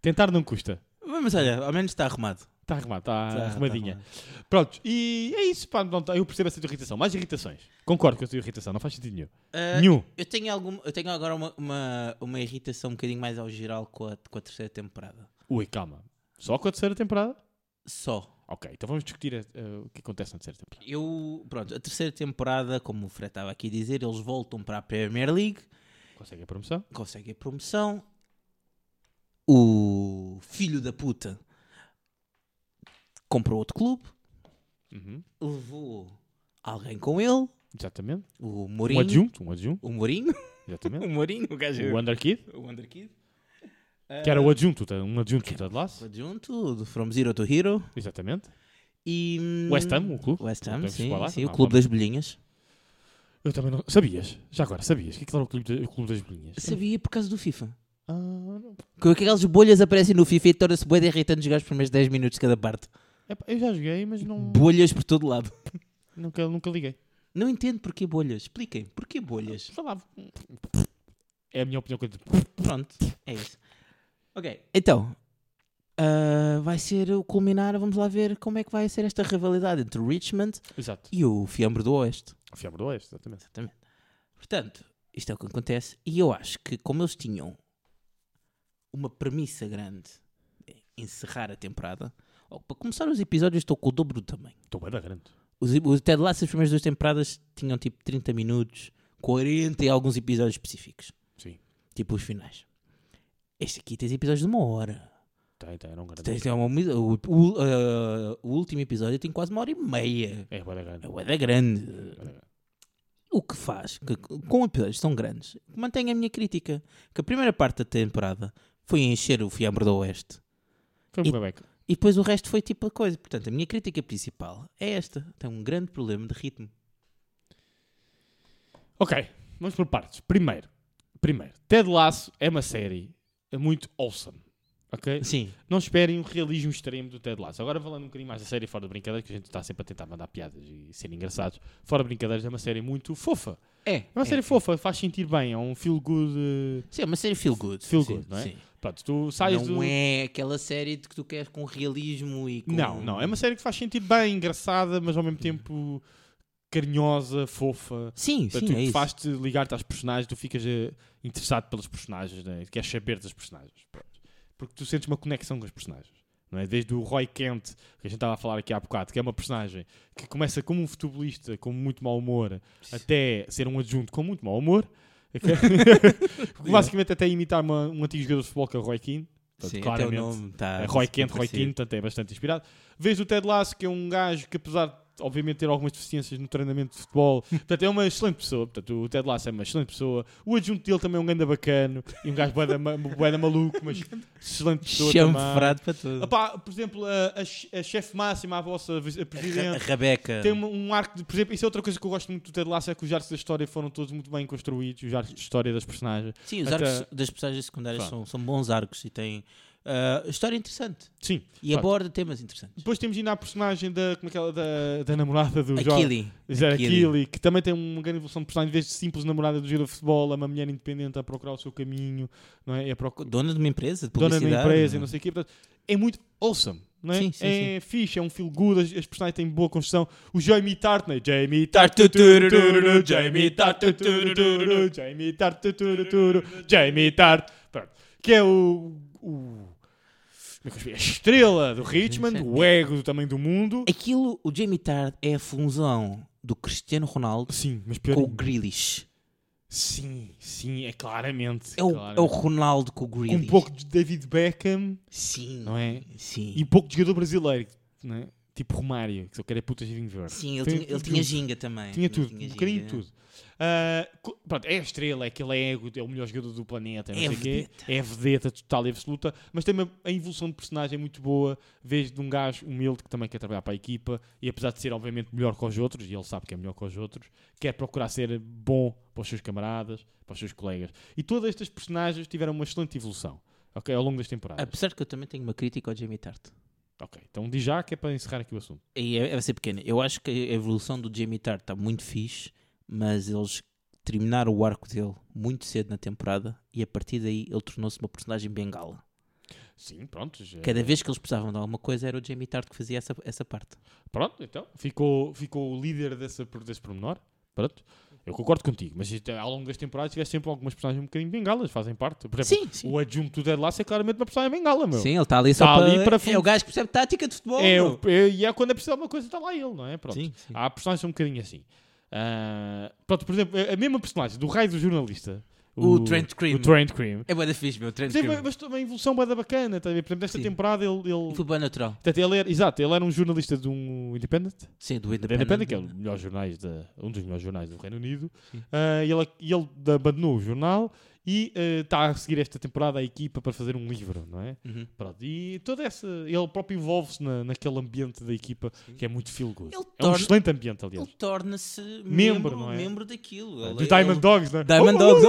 Tentar não custa.
Mas olha, ao menos está arrumado.
Está arrumado, está
Tá- tá
arrumadinha.
arrumado.
Pronto, e é isso, pá, não tá- eu percebo essa tua irritação. Mais irritações. Concordo com a tua irritação, não faz sentido nenhum.
Ah,
Nenhum.
Eu tenho, algum, eu tenho agora uma, uma, uma irritação um bocadinho mais ao geral com a, com a terceira temporada.
Ui, calma. Só com a terceira temporada?
Só.
Ok, então vamos discutir eh, eh, o que acontece na terceira temporada.
Eu, pronto, a terceira temporada, como o Fred estava aqui a dizer, eles voltam para a Premier League,
Consegue a promoção?
conseguem a promoção. O filho da puta comprou outro clube,
Uhum.
levou alguém com ele,
Exatamente.
o
Um
Mourinho.
adjunto, um adjunto.
o Mourinho.
Exatamente.
O Mourinho, o gajo.
o Underkid,
O Underkid. Ah.
que era o adjunto, tá- um adjunto do Ted Lasso.
Adjunto do From Zero to Hero.
Exatamente.
E. hum,
West Ham, o clube.
West Ham,
Podemos
sim,
falar?
sim, o
Não,
clube
vamos-
das bolhinhas.
Eu também não... Sabias? Já agora, sabias? O que é que era o clube, de- o clube das bolinhas?
Sabia por causa do FIFA.
Ah, não.
Que aquelas bolhas aparecem no FIFA e torna-se bué de irritante jogar os primeiros 10 minutos de cada parte.
Epá, eu já joguei, mas não...
Bolhas por todo lado.
nunca, nunca liguei.
Não entendo porquê bolhas. Expliquem, porquê bolhas?
Sei lá. É a minha opinião. que eu-
Pronto, é isso. Ok, então. ah, vai ser o culminar, vamos lá ver como é que vai ser esta rivalidade entre o Richmond
Exato.
e o Fiambre do Oeste.
O Fiambre do Oeste, exatamente.
Exatamente. Portanto, isto é o que acontece. E eu acho que, como eles tinham uma premissa grande de encerrar a temporada, ou para começar os episódios, estou com o dobro do tamanho.
Estou bem da grande.
Os, os Ted Lasso, as primeiras duas temporadas, tinham tipo 30 minutos, 40 e alguns episódios específicos.
Sim.
Tipo os finais. Este aqui tens episódios de uma hora.
Tem, tem, era um grande.
Tens, é uma- o, o- ah, o último episódio tem quase uma hora e meia.
É, bué da grande.
É uma da grande. O que faz que, com episódios tão grandes, mantenho a minha crítica. Que a primeira parte da temporada foi encher o fiambre do Oeste.
Foi um
E-
uma beca.
E depois o resto foi tipo a coisa. Portanto, a minha crítica principal é esta. Tem um grande problema de ritmo.
Ok, vamos por partes. Primeiro, primeiro, Ted Lasso é uma série muito awesome. ok?
Sim.
Não esperem um realismo extremo do Ted Lasso. Agora falando um bocadinho mais da série fora de brincadeiras, que a gente está sempre a tentar mandar piadas e ser engraçados. Fora de brincadeiras é uma série muito fofa.
É.
É uma série fofa, faz sentir bem, é um feel good. eh,
Sim, é uma série feel good.
Feel
sim,
good, não é?
Sim.
Pronto, tu sais
não
do.
é aquela série de que tu queres com realismo e com...
Não, não, é uma série que faz sentir bem, engraçada, mas ao mesmo tempo carinhosa, fofa.
Sim,
Portanto,
sim, é
tu
isso.
faz-te ligar-te às personagens, tu ficas eh, interessado pelos personagens, né? queres saber das personagens. Pronto. Porque tu sentes uma conexão com as personagens. Não é? Desde o Roy Kent, que a gente estava a falar aqui há bocado, que é uma personagem que começa como um futebolista com muito mau humor, até ser um adjunto com muito mau humor. ok?
é
Basicamente, até imitar uma- um antigo jogador de futebol que é o Roy Keane. Portanto,
Sim, até o
claramente,
nome tá, está...
é Roy Kent, Roy Keane, portanto é bastante inspirado. Vês o Ted Lasso, que é um gajo que apesar de obviamente ter algumas deficiências no treinamento de futebol, portanto é uma excelente pessoa, portanto o Ted Lasso é uma excelente pessoa, o adjunto dele também é um ganda bacano, e um gajo bué da ma- bué da maluco, mas excelente pessoa também.
Chanfrado para tudo.
Epá, por exemplo, a, a che- a chefe máxima, a vossa vice- a
Re-
presidente,
Rebeca.
tem uma- um arco de, por exemplo, isso é outra coisa que eu gosto muito do Ted Lasso, é que os arcos da história foram todos muito bem construídos, os arcos de história das personagens.
Sim, os
Até-
arcos das personagens secundárias
Pronto.
são, são bons arcos e têm ah, história interessante
Sim.
e
Pronto.
aborda temas interessantes.
Depois temos ainda a personagem da, como é que ela, da, da namorada do Jorge.
Aquili.
Zera
Aquili.
Kili, que também tem uma grande evolução de personagem, em vez de simples namorada do jogo de futebol, é uma mulher independente a procurar o seu caminho, não é? É a procu-
Dona de uma empresa, de
dona
publicidade.
da empresa e não sei o quê. Portanto, é muito awesome, não é?
Sim, sim,
é fixe, é um feel good, as, as personagens têm boa construção. O Jamie Tart, não é? Jamie Tart,
Tartuturururu,
Jamie Tart, turururu, Jamie Tart, turururu, Jamie Tart. Pronto. Que é o... o- como é que eu explico? a estrela do Richmond, o ego também do mundo.
Aquilo, o Jamie Tard é a fusão do Cristiano Ronaldo
Sim, mas pior
com o Grealish.
Sim, sim, é claramente.
É o,
claramente.
é o Ronaldo com o
Com
Grealish.
um pouco de David Beckham
Sim.
Não é?
Sim.
e um pouco de jogador brasileiro, não é? tipo Romário, que só quer é putas de vinho verde. um
Sim, ele,
Tem-
tinha, ele
tem
tinha
tudo.
ginga também.
Tinha tudo,
Tinha
um bocadinho de
ginga.
tudo. Ah, co- pronto, é a estrela, é aquele ego, é o melhor jogador do planeta, não
É
sei o quê. É a vedeta total e absoluta, mas tem uma, a evolução de personagem é muito boa, vez de um gajo humilde que também quer trabalhar para a equipa e apesar de ser obviamente melhor que os outros, e ele sabe que é melhor que os outros, quer procurar ser bom para os seus camaradas, para os seus colegas. E todas estas personagens tiveram uma excelente evolução. ok, ao longo das temporadas.
Apesar que eu também tenho uma crítica ao Jamie Tart.
Ok, então diz já que é para encerrar aqui o assunto.
E é, vai ser pequena. Eu acho que a evolução do Jamie Tart está muito fixe, mas eles terminaram o arco dele muito cedo na temporada e a partir daí ele tornou-se uma personagem bengala.
Sim, pronto. já-
Cada vez que eles precisavam de alguma coisa era o Jamie Tart que fazia essa, essa parte.
Pronto, então. Ficou, ficou o líder dessa, desse pormenor. Pronto. Eu concordo contigo, mas isto é- ao longo das temporadas tiveste sempre algumas personagens um bocadinho bengalas, fazem parte. Por exemplo,
Sim, sim.
o adjunto do Ted Lasso é claramente uma personagem bengala, meu.
Sim, ele está ali só
Tá
para...
ali para
É
fun-
o gajo que percebe tática de futebol.
É,
meu.
o- é- e é quando é preciso alguma coisa, está lá ele, não é? Pronto.
Sim, sim.
Há personagens um bocadinho assim. Ah, pronto, por exemplo, a a mesma personagem do raio do jornalista.
O Trent Cream.
O Trent Cream.
É bué da fixe, meu. Trent
Teve,
Cream.
mas uma evolução bué da bacana, tá a ver? por exemplo, nesta
Sim.
temporada ele... ele-
Foi bem é natural.
Portanto, ele era, exato, ele era um jornalista de um Independent.
Sim, do
Da
Independent.
Independent, que é um, dos melhores jornais da- um dos melhores jornais do Reino Unido. Ah, e ele, e ele abandonou o jornal e está a seguir esta temporada a equipa para fazer um livro, não é?
Uhum.
Pronto, e toda essa. Ele próprio envolve-se na, naquele ambiente da equipa que é muito feel good.
Ele
É um
torna-
excelente ambiente, aliás.
Ele torna-se membro,
não é?
membro daquilo.
Dos
Ele- ele-
Diamond Dogs, não é?
Diamond Dogs.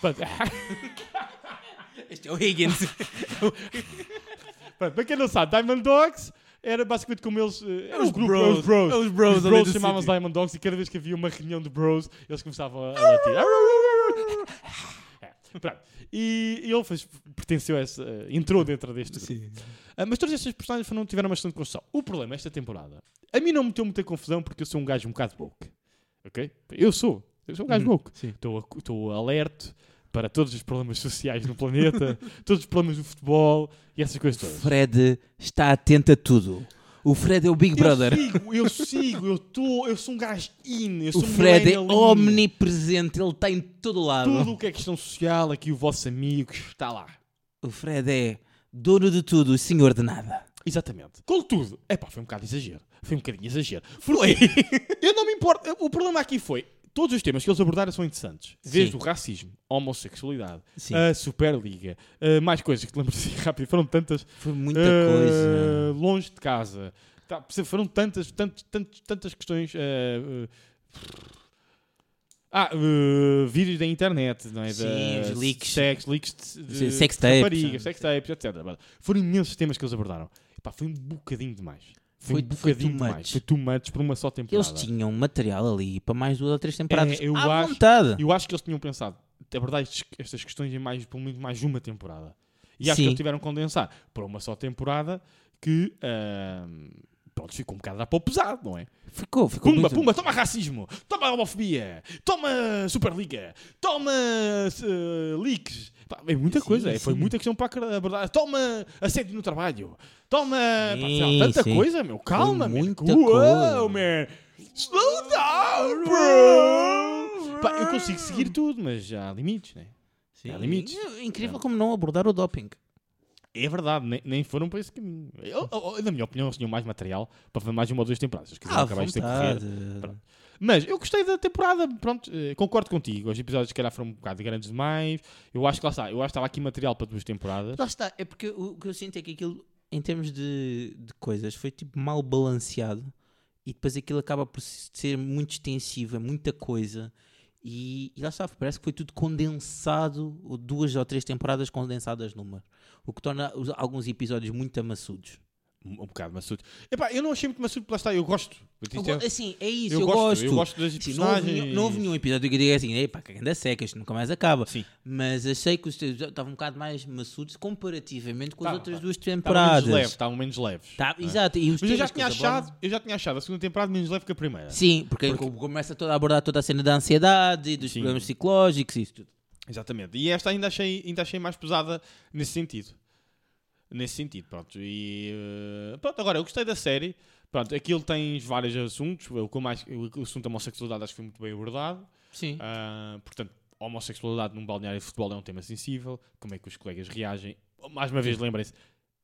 Pronto,
Este é o Higgins.
Pronto, para quem não sabe, Diamond Dogs era basicamente como eles. eh, Era
É os
o grupo,
bros,
era os bros.
é os bros ali do
chamavam-se
sítio. Ah,
Diamond Dogs e cada vez que havia uma reunião de bros, eles começavam a, a latir. É, pronto. E ele fez, pertenceu a essa. entrou dentro deste grupo. Ah, mas todas estas personagens foram, tiveram uma excelente construção. O problema esta temporada, a mim não me meteu muita confusão porque eu sou um gajo um bocado woke. Ok? Eu sou. Eu sou um
Hum,
gajo woke. Estou a- Estou alerto para todos os problemas sociais no planeta, todos os problemas do futebol e essas coisas todas.
Fred está atento a tudo. O Fred é o Big Brother.
Eu sigo, eu sigo, eu tô, eu sou um gajo in, eu sou
O
um
Fred é
millennial in.
omnipresente, ele está em todo lado.
Tudo o que é questão social, aqui o vosso amigo está lá.
O Fred é dono de tudo e senhor de nada.
Exatamente. Contudo, é pá, foi um bocado exagero. Foi um bocadinho exagero. Foi. eu não me importo. O problema aqui foi. Todos os temas que eles abordaram são interessantes. Desde
Sim.
o racismo, a homossexualidade,
Sim.
a Superliga, a mais coisas que te lembro assim rápido. Foram tantas.
Foi muita
Ah,
coisa.
Longe de casa. Tá, percebe, foram tantas, tantas, tantas, tantas questões. ah, ah, Ah, eh, vídeos da internet, não é?
Sim,
Da-
os leaks.
Sex, leaks de, de
Sex
de
tapes.
raparigas, sex tapes, etc. Mas Foram imensos temas que eles abordaram. Epá, foi um bocadinho demais. Foi,
Foi-
um
foi
bocadinho
too much.
demais. Foi too much por uma só temporada.
Eles tinham material ali para mais duas ou três temporadas.
É, eu
à
acho-
vontade.
Eu acho que eles tinham pensado abordar estes- estas questões em mais, pelo menos mais uma temporada. E acho
Sim.
que eles tiveram que condensar para uma só temporada que. ahm, Pronto, ficou um bocado a pó pesado, não é?
Ficou, ficou.
Pumba,
muito-
pumba, toma racismo, toma homofobia, toma Superliga, toma eh, leaks. Pá, é muita
Sim,
coisa, é, foi
sim.
muita questão para abordar. Toma assédio no trabalho, toma. pá, sei lá,
Sim,
tanta
sim.
coisa, meu, calma, man.
muita
Uou,
coisa.
man. Slow down, bro. Pá, eu consigo seguir tudo, mas há limites, né?
Sim.
Há limites.
É Incrível como não abordar o doping.
É verdade, nem, nem foram para esse caminho. Eu- eu- eu, na minha opinião, eles tinham mais material para fazer mais uma ou duas temporadas. Se eles quiseram
À
acabar isto sem
vontade.
correr. Mas eu gostei da temporada, pronto, eh, concordo contigo. Os episódios, se calhar, foram um bocado grandes demais. Eu acho que lá está, eu acho que estava aqui material para duas temporadas.
Lá está, é porque o o que eu sinto é que aquilo, em termos de, de coisas, foi tipo mal balanceado e depois aquilo acaba por se- ser muito extensivo, é muita coisa. E, e lá está, parece que foi tudo condensado, ou duas ou três temporadas condensadas numa, o que torna os- alguns episódios muito amassudos.
Um, um bocado maçudo. Epá, eu não achei muito maçudo, porque lá está, eu gosto.
Eu
Isto é-
go- assim, é isso,
eu
eu,
gosto,
gosto.
eu gosto das
Sim, Tipo, não, houve,
personagens.
nenhum- não houve nenhum episódio que eu diga assim, epá, que ainda seca, isto nunca mais acaba.
Sim.
Mas achei que os teus estavam um bocado mais maçudos comparativamente com as
Tava,
outras
tava.
duas
Estavam
temporadas.
Tá menos leves, estavam menos leves.
Tá,
não é?
Exato, e os
Mas eu já,
temas que
tinha
eles abordam-
achado, eu já tinha achado a segunda temporada menos leve que a primeira.
Sim, porque,
Porque-
começa toda a abordar toda a cena da ansiedade e dos
Sim.
problemas psicológicos e isso tudo.
Exatamente. E esta ainda achei, ainda achei mais pesada nesse sentido. Nesse sentido, pronto. E eh, pronto, agora eu gostei da série. Pronto, aquilo tem vários assuntos. O, que eu mais, o assunto da homossexualidade acho que foi muito bem abordado.
Sim.
Ah, portanto, a homossexualidade num balneário de futebol é um tema sensível. Como é que os colegas reagem? Mais uma vez, lembrem-se,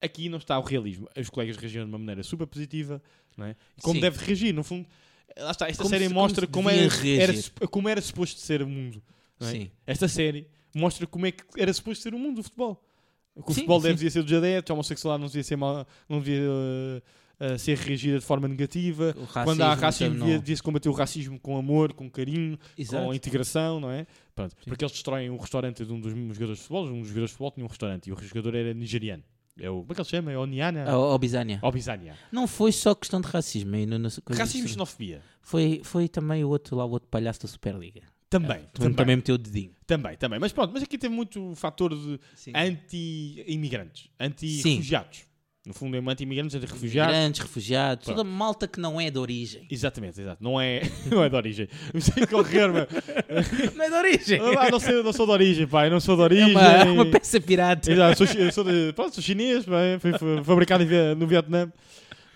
aqui não está o realismo. Os colegas reagiram de uma maneira super positiva, não é? E como
Sim.
deve reagir, no fundo. Lá está, esta
Como
série
se- como
mostra
se
como,
devia
era, era
reagir.
sup- como era suposto ser o mundo. não é?
Sim.
Esta série mostra como é que era suposto ser o mundo do futebol. Que o
Sim,
futebol
sim.
devia ser dos adeptos, a homossexualidade não devia ser, mal, não devia, ah, ah, ser reagida de forma negativa.
O racismo
é? Quando há racismo,
também não.
devia, devia-se combater o racismo com amor, com carinho,
Exato.
com integração, não é? Pronto, porque eles destroem o restaurante de um dos jogadores de futebol. Um dos jogadores de futebol tinha um restaurante e o jogador era nigeriano. É o, como é que ele se chama? É Oniana?
Ou Bizânia.
Obisania.
Não foi só questão de racismo. aí no- no- coisa
Racismo e
assim.
xenofobia.
Foi, foi também o outro lá, o outro palhaço da Superliga.
Também,
É, Também,
também,
também meteu o dedinho.
também, também. Mas pronto, mas aqui tem muito o fator de anti-imigrantes, anti-refugiados. No fundo, é um anti-imigrantes, anti-refugiados.
Grandes refugiados,
Pronto.
toda malta que não é de origem.
Exatamente, exato. Não é, não é de origem. Não sei correr, mas.
Não é de origem!
Ah, não, sei, não sou de origem, pai. Não sou de
É
origem.
uma, é uma peça pirata.
Exato, sou, chi- eu sou, de- pronto, sou chinês, bem, fui fa- fabricado em Vi- no Vietnã.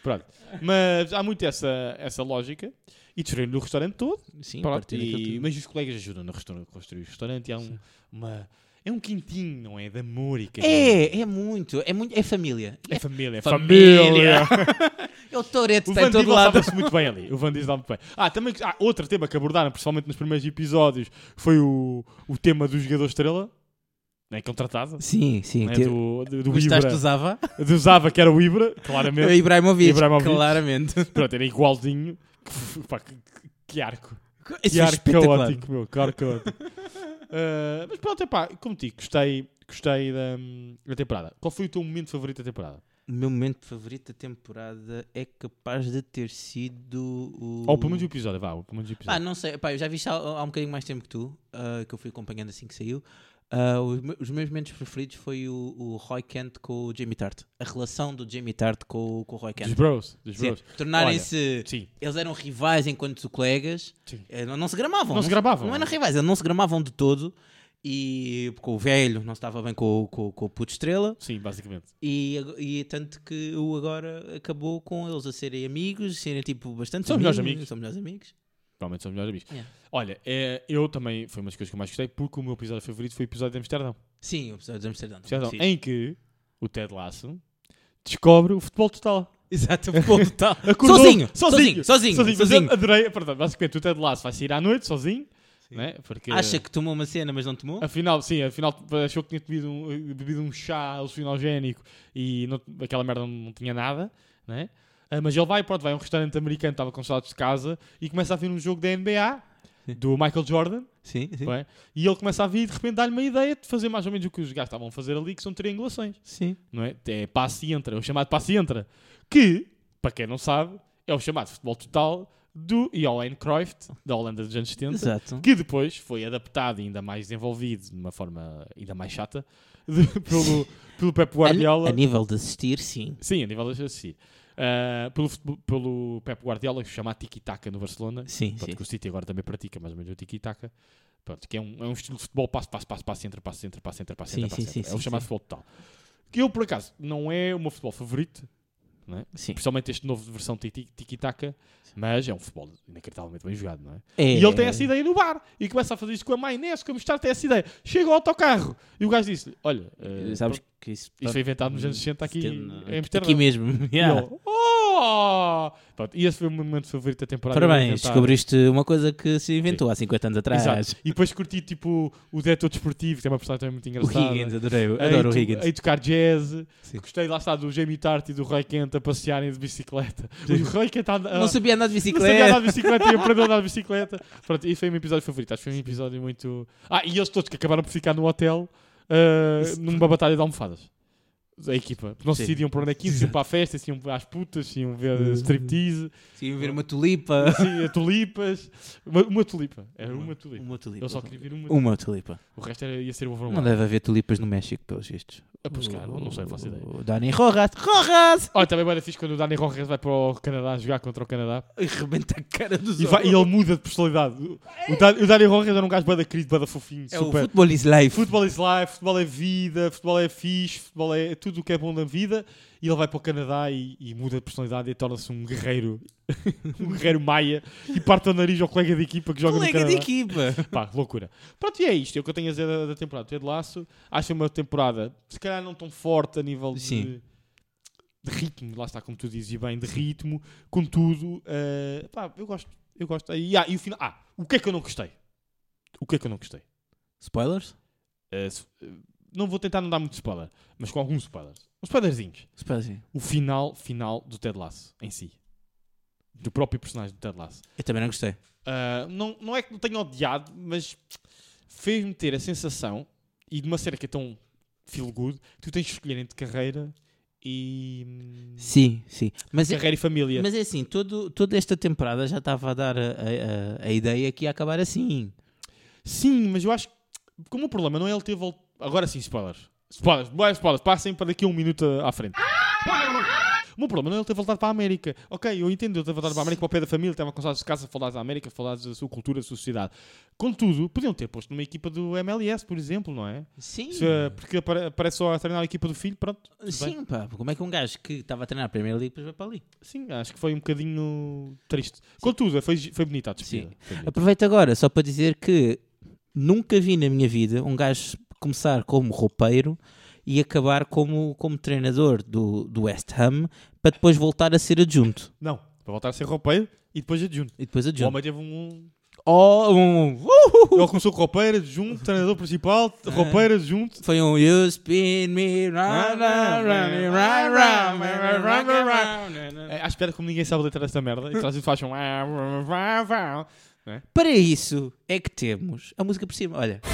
Pronto. Mas há muito essa, essa lógica. E destruíram o restaurante todo.
Sim,
Pronto,
partindo
e-
daquele-
mas os colegas ajudam no restaurante, a construir o restaurante. E há um, uma, é um quintinho, não é? De amor e carinho.
É, é muito, é muito, é família.
É família, é família.
Família. É o Toreto,
O
está
Van
em todo
Diesel
lado.
estava-se muito bem ali. O Van Diesel estava muito bem. Ah, também há outro tema que abordaram, principalmente nos primeiros episódios, foi o, o tema do jogador estrela, né, contratado,
Sim, sim.
né,
te-
do, do, do
Gostaste
Ibra.
do Zava?
Do Zava, que era o Ibra,
Eu,
claramente.
Ibrahimovic,
Ibrahimovic.
claramente.
Pronto, era igualzinho. Que, pá, que, que- que arco.
Isso
Que
é
arco
espetacular.
caótico, meu. Que arco caótico. Ah, mas pronto, epá, como te digo, gostei, gostei da, da temporada. Qual foi o teu momento favorito da temporada?
O meu momento favorito da temporada é capaz de ter sido o.
Ou pelo menos o episódio, vá. ou Pelo menos o
Pá,
episódio.
não sei, pá, eu já vi isto há, há um bocadinho mais tempo que tu, ah, que eu fui acompanhando assim que saiu. Ah, os, me- os meus momentos preferidos foi o, o Roy Kent com o Jamie Tart. A relação do Jamie Tart com, o- com o Roy
dos
Kent.
bros. Dos
Quer
bros.
dizer, Tornarem-se.
Olha, sim.
Eles eram rivais enquanto colegas.
Sim.
Eh, Não, não se gramavam.
Não se gramavam.
Não eram rivais, eles não se gramavam de todo. E porque o velho não estava bem com, o- com, o- com o puto estrela.
Sim, basicamente.
E, ag- e tanto que o agora acabou com eles a serem amigos, serem tipo bastante
São melhores amigos.
São melhores amigos.
Provavelmente são os melhores amigos.
Yeah.
Olha, eh, eu também, foi uma das coisas que eu mais gostei, porque o meu episódio favorito foi o episódio de Amsterdão.
Sim, o episódio de Amsterdã.
Amsterdão
Sim.
em que o Ted Lasso descobre o futebol total.
Exato, o ponto tal.
Acordou-
sozinho,
tá
sozinho,
sozinho,
sozinho,
Sozinho, mas
sozinho.
eu adorei. Portanto, basicamente, o Ted Lasso vai sair à noite sozinho, né? Porque,
Acha que tomou uma cena, mas não tomou?
Afinal, sim, afinal achou que tinha bebido um, bebido um chá alucinogénico e não- aquela merda não, não tinha nada, né? Ah, mas ele vai, pronto, vai a um restaurante americano, estava com saudades de casa e começa a ver um jogo da NBA do Michael Jordan,
Sim, sim.
não é? e ele começa a vir e de repente dá-lhe uma ideia de fazer mais ou menos o que os gajos estavam a fazer ali, que são triangulações,
Sim.
não é? É passe e entra, o chamado passe e entra, que, para quem não sabe, é o chamado futebol total do Johan Cruyff, da Holanda dos anos 70,
Exato.
que depois foi adaptado e ainda mais desenvolvido, de uma forma ainda mais chata, de- pelo, pelo Pep
A-
Guardiola.
A, nível de assistir, sim.
Sim, a nível de assim. Ah, pelo, futebol- pelo Pep Guardiola, que se chama tiki-taka no Barcelona.
Sim,
Pronto,
sim.
que o City agora também pratica mais ou menos o tiki-taka. Pronto, que é um, é um estilo de futebol passo, passo, passo, passo, entra, passo, entra, passo, entra, passo,
Sim,
entra, passo,
sim, sim,
entra. É o
sim,
chamado
sim.
futebol total. Que eu, por acaso, não é o meu futebol favorito, não é?
Sim.
principalmente este novo de versão tiki- tiki-taka, mas é um futebol inacreditavelmente bem jogado, não é?
É-
E ele tem essa ideia no bar e começa a fazer isso com a mãe Inês, com a mostrar tem essa ideia. Chega ao autocarro e o gajo disse-lhe: Olha, eh,
Sabes
pronto,
que isso, hum,
isto foi inventado nos anos 60 aqui em Amsterdã.
Aqui mesmo.
E
Yeah.
ele, "Oh!" Pronto, e esse foi o meu momento favorito da temporada.
Parabéns,
Inventar-
descobriste uma coisa que se inventou há 50 anos atrás.
Exato. E depois curti tipo o diretor desportivo, que tem uma personagem também muito
O
engraçada.
Higgins, adorei,
A
adoro o
to-
Higgins.
A tocar jazz.
Sim.
Gostei, lá está, do Jamie Tart e do Roy Kent a passearem de bicicleta. O Roy Kent a, a,
Não sabia andar de
não sabia
bicicleta.
andar de bicicleta e aprendeu a andar de bicicleta. Pronto, e foi o meu episódio favorito. Acho que foi um episódio muito. Ah, e eles todos que acabaram por ficar no hotel ah, numa batalha de almofadas. A equipa. Não se
Sim. Uhum.
decidiam para onde é que iam, se iam para a festa, se iam às putas, se iam ver striptease,
Sim, ver uma tulipa.
se iam a tulipas. Uma, uma tulipa. Era uma tulipa.
Uma tulipa.
Eu só queria ver uma.
Uma tulipa.
O resto era, ia ser o
Não
overall.
deve haver tulipas no México, pelos vistos.
A buscar, não sei, não faço ideia.
O Dani Rojas. Rojas!
Olha, também vai fixe quando o Dani Rojas vai para o Canadá jogar contra o Canadá.
E rebenta a cara dos
E, vai- e ele muda de personalidade. O, o Dan- o Dani Rojas era um gajo bada querido, bada fofinho,
É o
super.
futebol is life.
Futebol is life, futebol é vida, futebol é fixe, futebol é tudo o que é bom na vida. E ele vai para o Canadá e, e muda de personalidade e torna-se um guerreiro, um guerreiro maia e parte o nariz ao colega de equipa que joga
Colega
no
de
Canadá.
é equipa.
Pá, loucura. Pronto, e é isto. É o que eu tenho a dizer da, da temporada. Ted Laço, acho uma temporada, se calhar não tão forte a nível de,
Sim.
de ritmo. Lá está, como tu dizes e bem, de ritmo. Contudo, eh, pá, eu gosto. Eu gosto. E, ah, e o final. Ah, o que é que eu não gostei? O que é que eu não gostei?
Spoilers?
Eh, se- eh, não vou tentar não dar muito spoiler, mas com alguns spoilers. Uns spoilerzinhos.
Spoilers, sim.
O final, final do Ted Lasso em si. Do próprio personagem do Ted Lasso.
Eu também não gostei.
Uh, não, não é que me tenha odiado, mas fez-me ter a sensação, e de uma série que é tão feel good, que tu tens de escolher entre carreira e.
Sim, sim. Mas, é-
carreira e família.
mas é assim, todo, toda esta temporada já estava a dar a, a- a- a ideia que ia acabar assim.
Sim, mas eu acho que. Como o problema não é ele ter voltado. Agora sim, spoilers. Spoilers, boas spoilers, passem para daqui a um minuto à frente. O meu problema não é ele ter voltado para a América. Ok, eu entendo ele ter voltado para a América, para o pé da família, estava com saudades de casa, falados da América, falados da sua cultura, da sua sociedade. Contudo, podiam ter posto numa equipa do MLS, por exemplo, não é?
Sim.
Se, uh, porque apare- aparece só a treinar a equipa do filho, pronto. tudo bem.
Sim, pá, como é que um gajo que estava a treinar a Primeira Liga depois vai para ali?
Sim, acho que foi um bocadinho triste. Contudo, foi, gi- foi bonita a despedida.
Sim.
Foi bonita.
Aproveito agora só para dizer que nunca vi na minha vida um gajo começar como roupeiro e acabar como, como treinador do, do West Ham para depois voltar a ser adjunto.
Não, para voltar a ser roupeiro e depois adjunto.
E depois
O
adjunto.
homem teve um...
Oh, um,
Ele começou com roupeiro, adjunto, treinador principal,
Ah.
roupeiro, Ah, adjunto.
Foi um You spin me round, round, round, round, round, round, round, round, round.
É, À espera como ninguém sabe a letra desta merda. E toda a gente faz um...
Para isso é que temos a música por cima. Olha,
You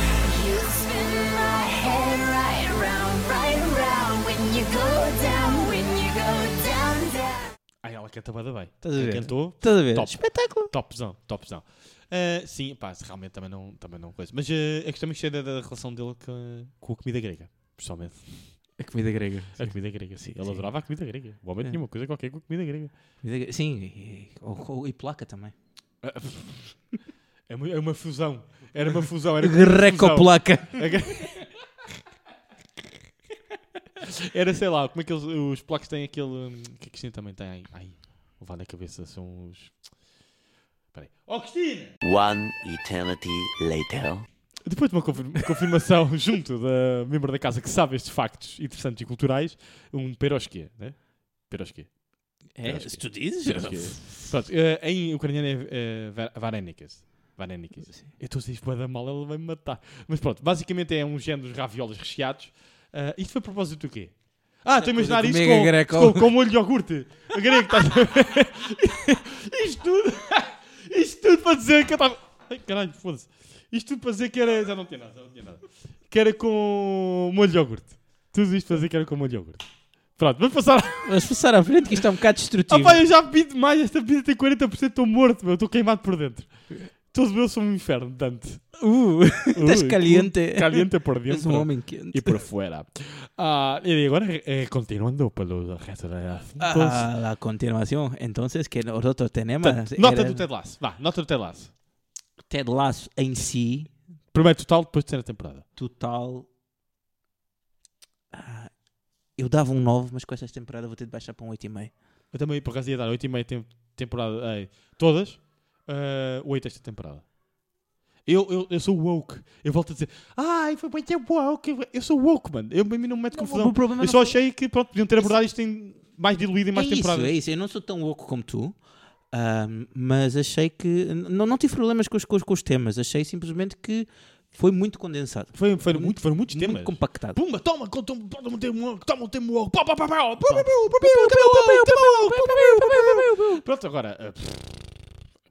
spin my head right round, right round. When you go down, when you go down, down.
Ai, ela canta bada bem.
Estás a
Quem
ver?
Cantou,
estás a ver?
Top.
Espetáculo.
Topzão, topzão. Ah, sim, pá, se realmente também não, também não coisa. Mas ah, a questão é que da, da relação dele com, com a comida grega, pessoalmente.
A comida grega.
É A comida grega, sim. Ele
Sim.
adorava a comida grega. O homem
É.
tinha uma coisa qualquer com a comida grega.
Sim, e, e, e placa também.
É uma, é uma fusão. Era uma fusão. Era tipo uma fusão.
Greco-placa.
A gre- Era, sei lá, como é que eles, os placos têm aquele... hum, O que a Cristina também tem? Ai, ai o vá na cabeça, são os... Peraí. Oh, Cristina!
One eternity later.
Depois de uma confirma- confirmação junto da membro da casa que sabe estes factos interessantes e culturais, um perosquê, né? Perosquê.
É,
Acho
se
que-
tu dizes.
perosquê. Pronto, eh, em ucraniano é uh, varenikas. Varenikas. Eu estou a dizer isto bué da mal, ela vai me matar. Mas pronto, basicamente é um género de raviolas recheados. Ah, isto foi a propósito do quê? Ah, estou a imaginar
coisa
isto
do
com,
mega greco.
com, com molho de iogurte. A tá- grego, estás a ver? Isto tudo, isto tudo para dizer que eu estava... Ai, caralho, foda-se. Isto tudo para dizer que era. Já não tinha nada, já não tinha nada. Que era com molho de iogurte. Tudo isto para dizer que era com molho de iogurte. Pronto, vamos passar.
Vamos passar à frente que isto é um bocado
Ah,
destrutivo.
pá, eu já bebi demais. Esta pizza tem 40%. Estou morto, meu. Estou queimado por dentro. Todos meus são um inferno, Dante.
uh, estás
Ui,
caliente.
Caliente por
És
dentro.
um homem quente.
E por fora. Ah, e agora, eh, continuando pelo resto da.
Ah, la continuación. Entonces, que nosotros tenemos.
Portanto, Tá, nota
era
do Ted Lasso. Vá, nota do Ted Lasso.
eh, Ted Lasso em si,
Primeiro total, depois terceira temporada.
total. Ah, eu dava um 9, mas com esta temporada vou ter de baixar para um 8,5.
Eu também, por acaso, ia dar 8,5 tem temporada. ei, todas. ah, oito esta temporada. Eu, eu, eu sou woke. Eu volto a dizer, ai, foi muito woke. Eu sou woke, mano. Eu, a mim não me mete
Não,
confusão.
o problema
eu
não
só
foi-
achei que, pronto, podiam ter abordado isto em mais diluído em mais
é
temporadas.
Isso, é isso, eu não sou tão louco como tu, ahm, mas achei que. n- Não, não tive problemas com os, com os- com os temas, achei simplesmente que foi muito condensado.
Foi, foi muito, foram muitos temas.
Muito compactado.
Pumba, toma, conta um- toma um termo woke, toma um termo woke. Pá, pá, pá, pá. Pronto, agora. ah, pff,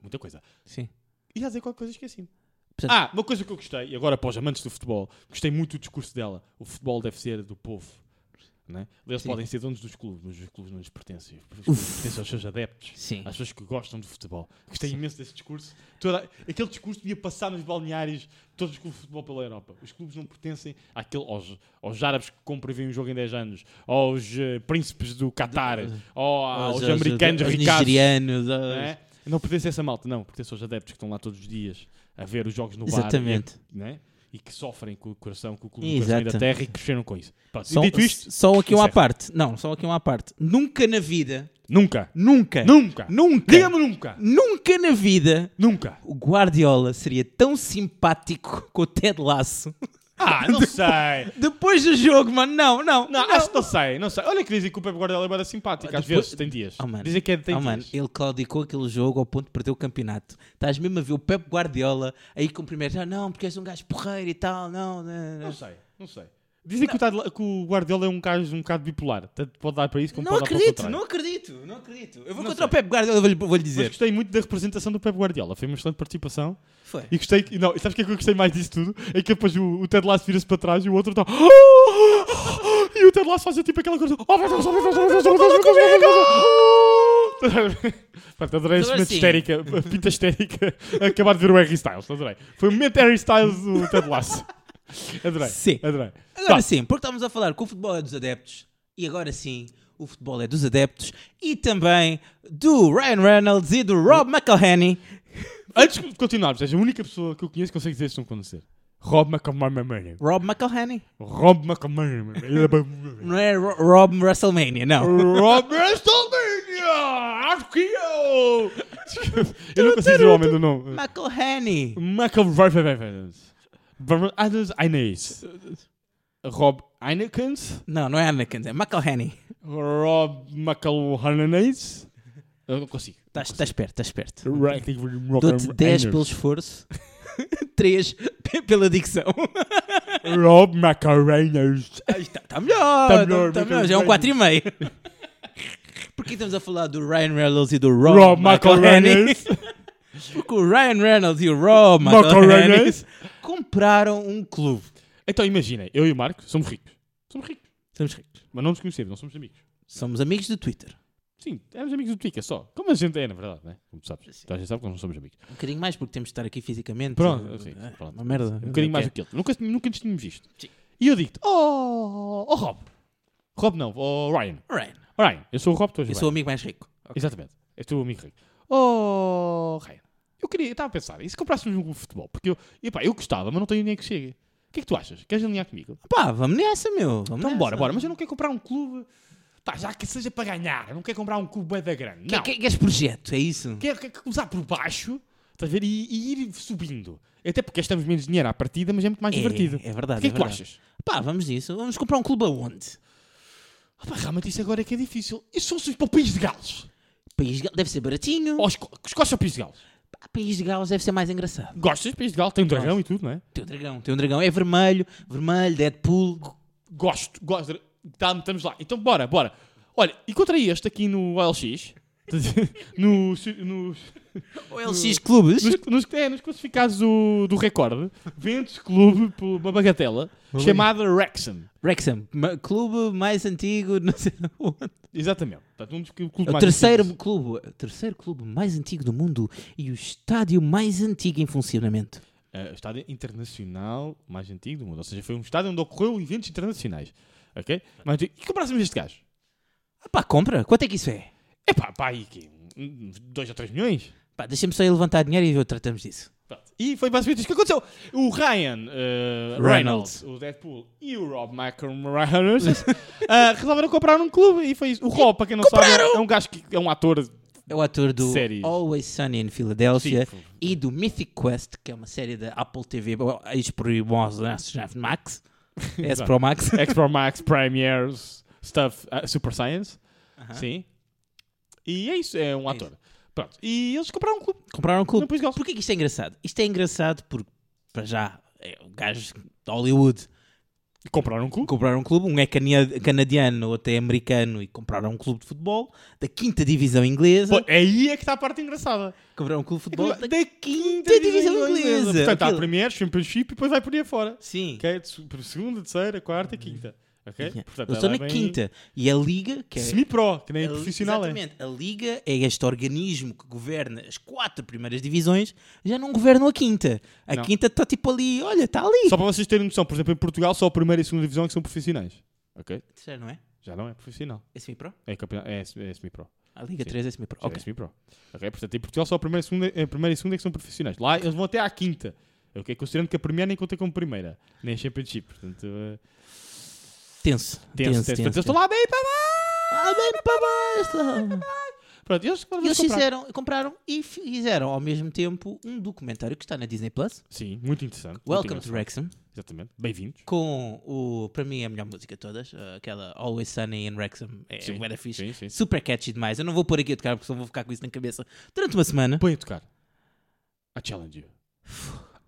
Muita coisa.
Sim.
Ia dizer qualquer coisa, esqueci-me.
Portanto-
Ah, uma coisa que eu gostei, e agora para os amantes do futebol, gostei muito do discurso dela. O futebol deve ser do povo. Né? Eles
Sim.
podem ser donos dos clubes, mas os clubes não lhes pertencem. Os clubes pertencem aos seus adeptos,
Sim.
às pessoas que gostam de futebol. Gostei imenso desse discurso. Toda- aquele discurso devia passar nos balneários de todos os clubes de futebol pela Europa. Os clubes não pertencem àquele, aos, aos árabes que compram e veem um jogo em 10 anos, aos eh, príncipes do Qatar, ou
Aos-
aos,
aos-
Ah, americanos
aos
ricados.
nigerianos, aos-
Não, é? não pertence a essa malta, não, pertence aos adeptos que estão lá todos os dias a ver os jogos no
Exatamente.
bar e, né? e que sofrem com o coração, com o clube do coração e da
Exato.
terra e que cresceram com isso. Pronto, e
Só,
dito isto, é
só aqui um uma à
encerro.
parte. Não, só aqui uma à parte. Nunca na vida,
nunca,
nunca,
nunca,
nunca,
diga-me nunca,
nunca na vida
nunca.
o Guardiola seria tão simpático com o Ted Lasso.
Ah, não sei.
Depois do jogo, mano, não, não,
Não, acho que não sei, não sei. Olha que dizem que o Pepe Guardiola é bué da simpático, às
Depois-
vezes tem dias.
Oh, mano.
Dizem que é tem
Oh,
dias.
mano, ele claudicou aquele jogo ao ponto de perder o campeonato. Estás mesmo a ver o Pep Guardiola aí com o primeiro, ah, não, porque és um gajo porreiro e tal, não, não, não.
Não sei, não sei. Dizem que o, Tadla- que o Guardiola é um gajo um bocado bipolar. Tanto pode dar para isso como
Não
pode dar
acredito,
para o um contrário.
não acredito, não acredito. Eu vou contra o Pep Guardiola, vou-lhe vou
Mas
dizer.
gostei muito da representação do Pepe Guardiola. Foi uma excelente participação.
Foi.
E gostei, e não, e sabes o que é que eu gostei mais disso tudo? É que depois o, o Ted Lasso vira-se para trás e o outro está. E o Ted Lasso faz tipo aquela coisa. Oh meu Deus, oh meu Deus, oh meu Deus, oh meu Deus, oh meu Deus, oh meu Deus, oh meu Deus. Pronto, adorei esse
Então,
momento
assim-
histérica, pinta histérica, acabar de ver o Harry Styles, adorei. Foi o momento Harry Styles do Ted Lasso. Adorei,
Sim.
adorei.
Agora
Tá.
sim, porque estávamos a falar que o futebol é dos adeptos, e agora sim, o futebol é dos adeptos, e também do Ryan Reynolds e do Rob McElhenney.
Antes de continuarmos, és a única pessoa que eu conheço que consegue dizer isto não acontecer. Rob McCormick.
Rob McElhenney?
Rob McCormick. Ele é bem-
Não é Ro- Rob WrestleMania, não.
Rob WrestleMania! Acho que eu! Eu não consigo dizer o homem do nome.
McElhenney.
Michael Evans. Adams Inês. Rob Inekins.
Não, não é Anakin, é McElhenney.
Rob McElhananese. Eu não consigo. É
Estás estás esperto, estás esperto. Dou-te 10 pelo
Rob
esforço, 3 pela dicção.
McElhananese.
Está melhor,
Tá
tá
melhor,
melhor, tá melhor, já é um
muito
4,5. Porque estamos a falar do Ryan Reynolds e do Rob,
Rob
McElhenney?
McElhananese.
Porque o Ryan Reynolds e o Rob McElhenney
McElhananese.
compraram um clube.
Então imaginem, eu e o Marco somos ricos. Somos ricos.
Somos ricos.
Mas não nos conhecemos, não somos amigos.
Somos amigos do Twitter.
Sim, éramos amigos do Twitter só. Como a gente é, na verdade, né? Como tu sabes. Então a gente sabe que nós não somos amigos.
Um bocadinho mais porque temos de estar aqui fisicamente.
Pronto,
É,
sim, pronto.
Uma merda.
Um bocadinho mais do
Ok.
que ele. Nunca, nunca nos tínhamos visto. E eu digo-te, oh, oh Rob. Rob não, oh Ryan.
Ryan,
Ryan, eu sou o Rob, tu és o
eu sou o
Ryan.
amigo mais rico.
Exatamente. És tu o amigo rico. Oh, Ryan. Eu queria, eu estava a pensar, e se comprássemos um clube de futebol? Porque eu, epá, eu gostava, mas não tenho nem que chegue. O que é que tu achas? Queres alinhar comigo?
Pá, vamos nessa, meu. Vamos
Então
nessa.
bora, bora. Mas eu não quero comprar um clube, pá, já que seja para ganhar. Eu não quero comprar um clube bué da grande.
Que,
Não.
que, que és projeto, é isso?
Quer, quer começar por baixo, estás a ver? E, e ir subindo. Até porque gastamos menos dinheiro à partida, mas é muito mais
É,
divertido.
é verdade,
O que é
é
que tu
verdade.
achas?
Pá, vamos nisso. Vamos comprar um clube aonde?
Ah, pá, realmente isso agora é que é difícil. Isso são os para o País de Gales.
País de Gales deve ser baratinho.
Ou os co- os gostas do País de Gales?
Pá, País de Gales deve ser mais engraçado.
Gostas do País de Gales? Tem um dragão e tudo, não é?
Tem um dragão, tem um dragão. É vermelho, vermelho, Deadpool.
Gosto, gosto. Tá, estamos lá. Então bora, bora. Olha, encontrei este aqui no OLX. nos, nos,
é O LX Clubes.
nos, nos- é, nos classificados do, do recorde, vende-se clube por uma bagatela chamada Rexon.
Wrexham, ma- clube mais antigo, não sei onde.
Exatamente. Portanto, um dos clubes
É O
mais
terceiro
antigos.
clube, o terceiro clube mais antigo do mundo e o estádio mais antigo em funcionamento.
eh, estádio internacional mais antigo do mundo. Ou seja, foi um estádio onde ocorreu eventos internacionais. Ok? Mas, e comparássemos este gajo?
Ah pá, compra, quanto é que isso é?
É pá, pá, aí que 2 ou 3 milhões?
Pá, deixa-me só ir levantar dinheiro e eu tratamos disso.
Pronto. E foi basicamente isto que aconteceu. O Ryan eh,
Reynolds.
Reynolds, o Deadpool e o Rob McEnroe eh, resolveram comprar um clube e foi isso. O Rob, para quem não sabe, é um gajo que é um ator.
É o ator do
Séries.
Always Sunny in Philadelphia
Sim.
e do Mythic Quest, que é uma série da Apple TV, ex-proibosa, Max, S-Pro Max.
Expo Max, Premiers, Stuff, eh, Super Science. Sim. E é isso, é um ator. Pronto. E eles compraram um clube.
Compraram o clube.
Não, pois gosto.
Porquê que isto é engraçado? Isto é engraçado porque, para já, é um gajo de Hollywood
Compraram um clube.
compraram um clube, um é cania- canadiano, outro é americano e compraram um clube de futebol da quinta divisão inglesa.
Pô, aí é que está a parte engraçada.
Compraram um clube de futebol da,
É Da quinta
quinta divisão inglesa.
né? Portanto, há a
Aquilo-
Premier, Championship e depois vai por aí fora.
Sim.
Ok? De su- por Segunda, terceira, quarta, quinta. Ok?
Yeah.
Portanto,
Eu estou
ela
na
é bem
quinta. E a Liga, que é.
Semi-pro, que nem
a-
profissional é.
Exatamente. A Liga é este organismo que governa as quatro primeiras divisões, já não governam a quinta. A
Não.
quinta está tipo ali, olha, está ali.
Só para vocês terem noção, por exemplo, em Portugal só a primeira e a segunda divisão é que são profissionais. Ok?
Terceira, não é?
Já não é profissional.
É semi-pro?
É, campeonato, é, é semi-pro.
A Liga
Sim.
3 é semi-pro.
Já
Ok.
É semi-pro. Ok? Portanto, em Portugal só a primeira, e segunda, a primeira e a segunda é que são profissionais. Lá eles vão até à quinta. Ok? Considerando que a Premier nem conta como primeira. Nem a Championship. Portanto, eh,
Tenso.
tenso, tenso. Portanto, eles estão lá bem para baixo.
Ah, bem para baixo.
Pronto, eles,
E eles fizeram, compraram e fizeram ao mesmo tempo um documentário que está na Disney Plus.
Sim, muito interessante. muito
Welcome to
engraçado.
Wrexham.
Exatamente. Bem-vindos.
Com o, para mim, é a melhor música de todas. eh, Aquela Always Sunny in Wrexham. É
Sim,
bué da fixe.
sim, sim.
Super catchy demais. Eu não vou pôr aqui a tocar porque senão vou ficar com isso na cabeça durante uma semana.
Põe a tocar. I challenge you.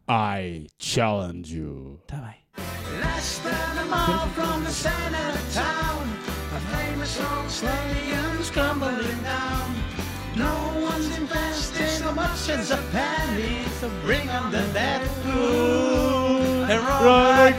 I challenge you.
Tá bem.
Less than a mile from the center of town, a famous old stadium's crumbling down. No one's investing so much as a penny to bring on the dead fool. And roll like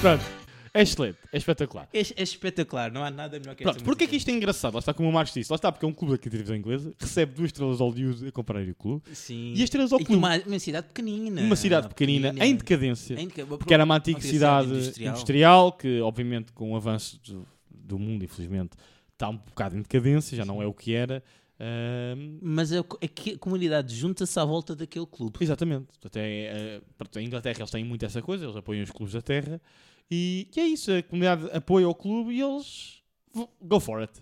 Pronto. É excelente. É espetacular.
É, é espetacular. Não há nada melhor que esta
Pronto, porquê
música.
que isto é engraçado? Lá está como o Marcos disse. Lá está porque é um clube aqui da divisão inglesa. Recebe duas estrelas de Hollywood a comprar o clube.
Sim.
E as estrelas ao
E
clube.
uma, uma cidade pequenina.
Uma cidade Ah, pequenina, em decadência. Porque era uma antiga cidade industrial. que, obviamente, com o avanço do, do mundo, infelizmente, está um bocado em decadência, já não é o que era. Ahm,
Mas a, co- a que- a comunidade junta-se à volta daquele clube.
exatamente. é, Até, a Inglaterra eles têm muito essa coisa, eles apoiam os clubes da terra. E, e é isso, a comunidade apoia o clube e eles vão- go for it.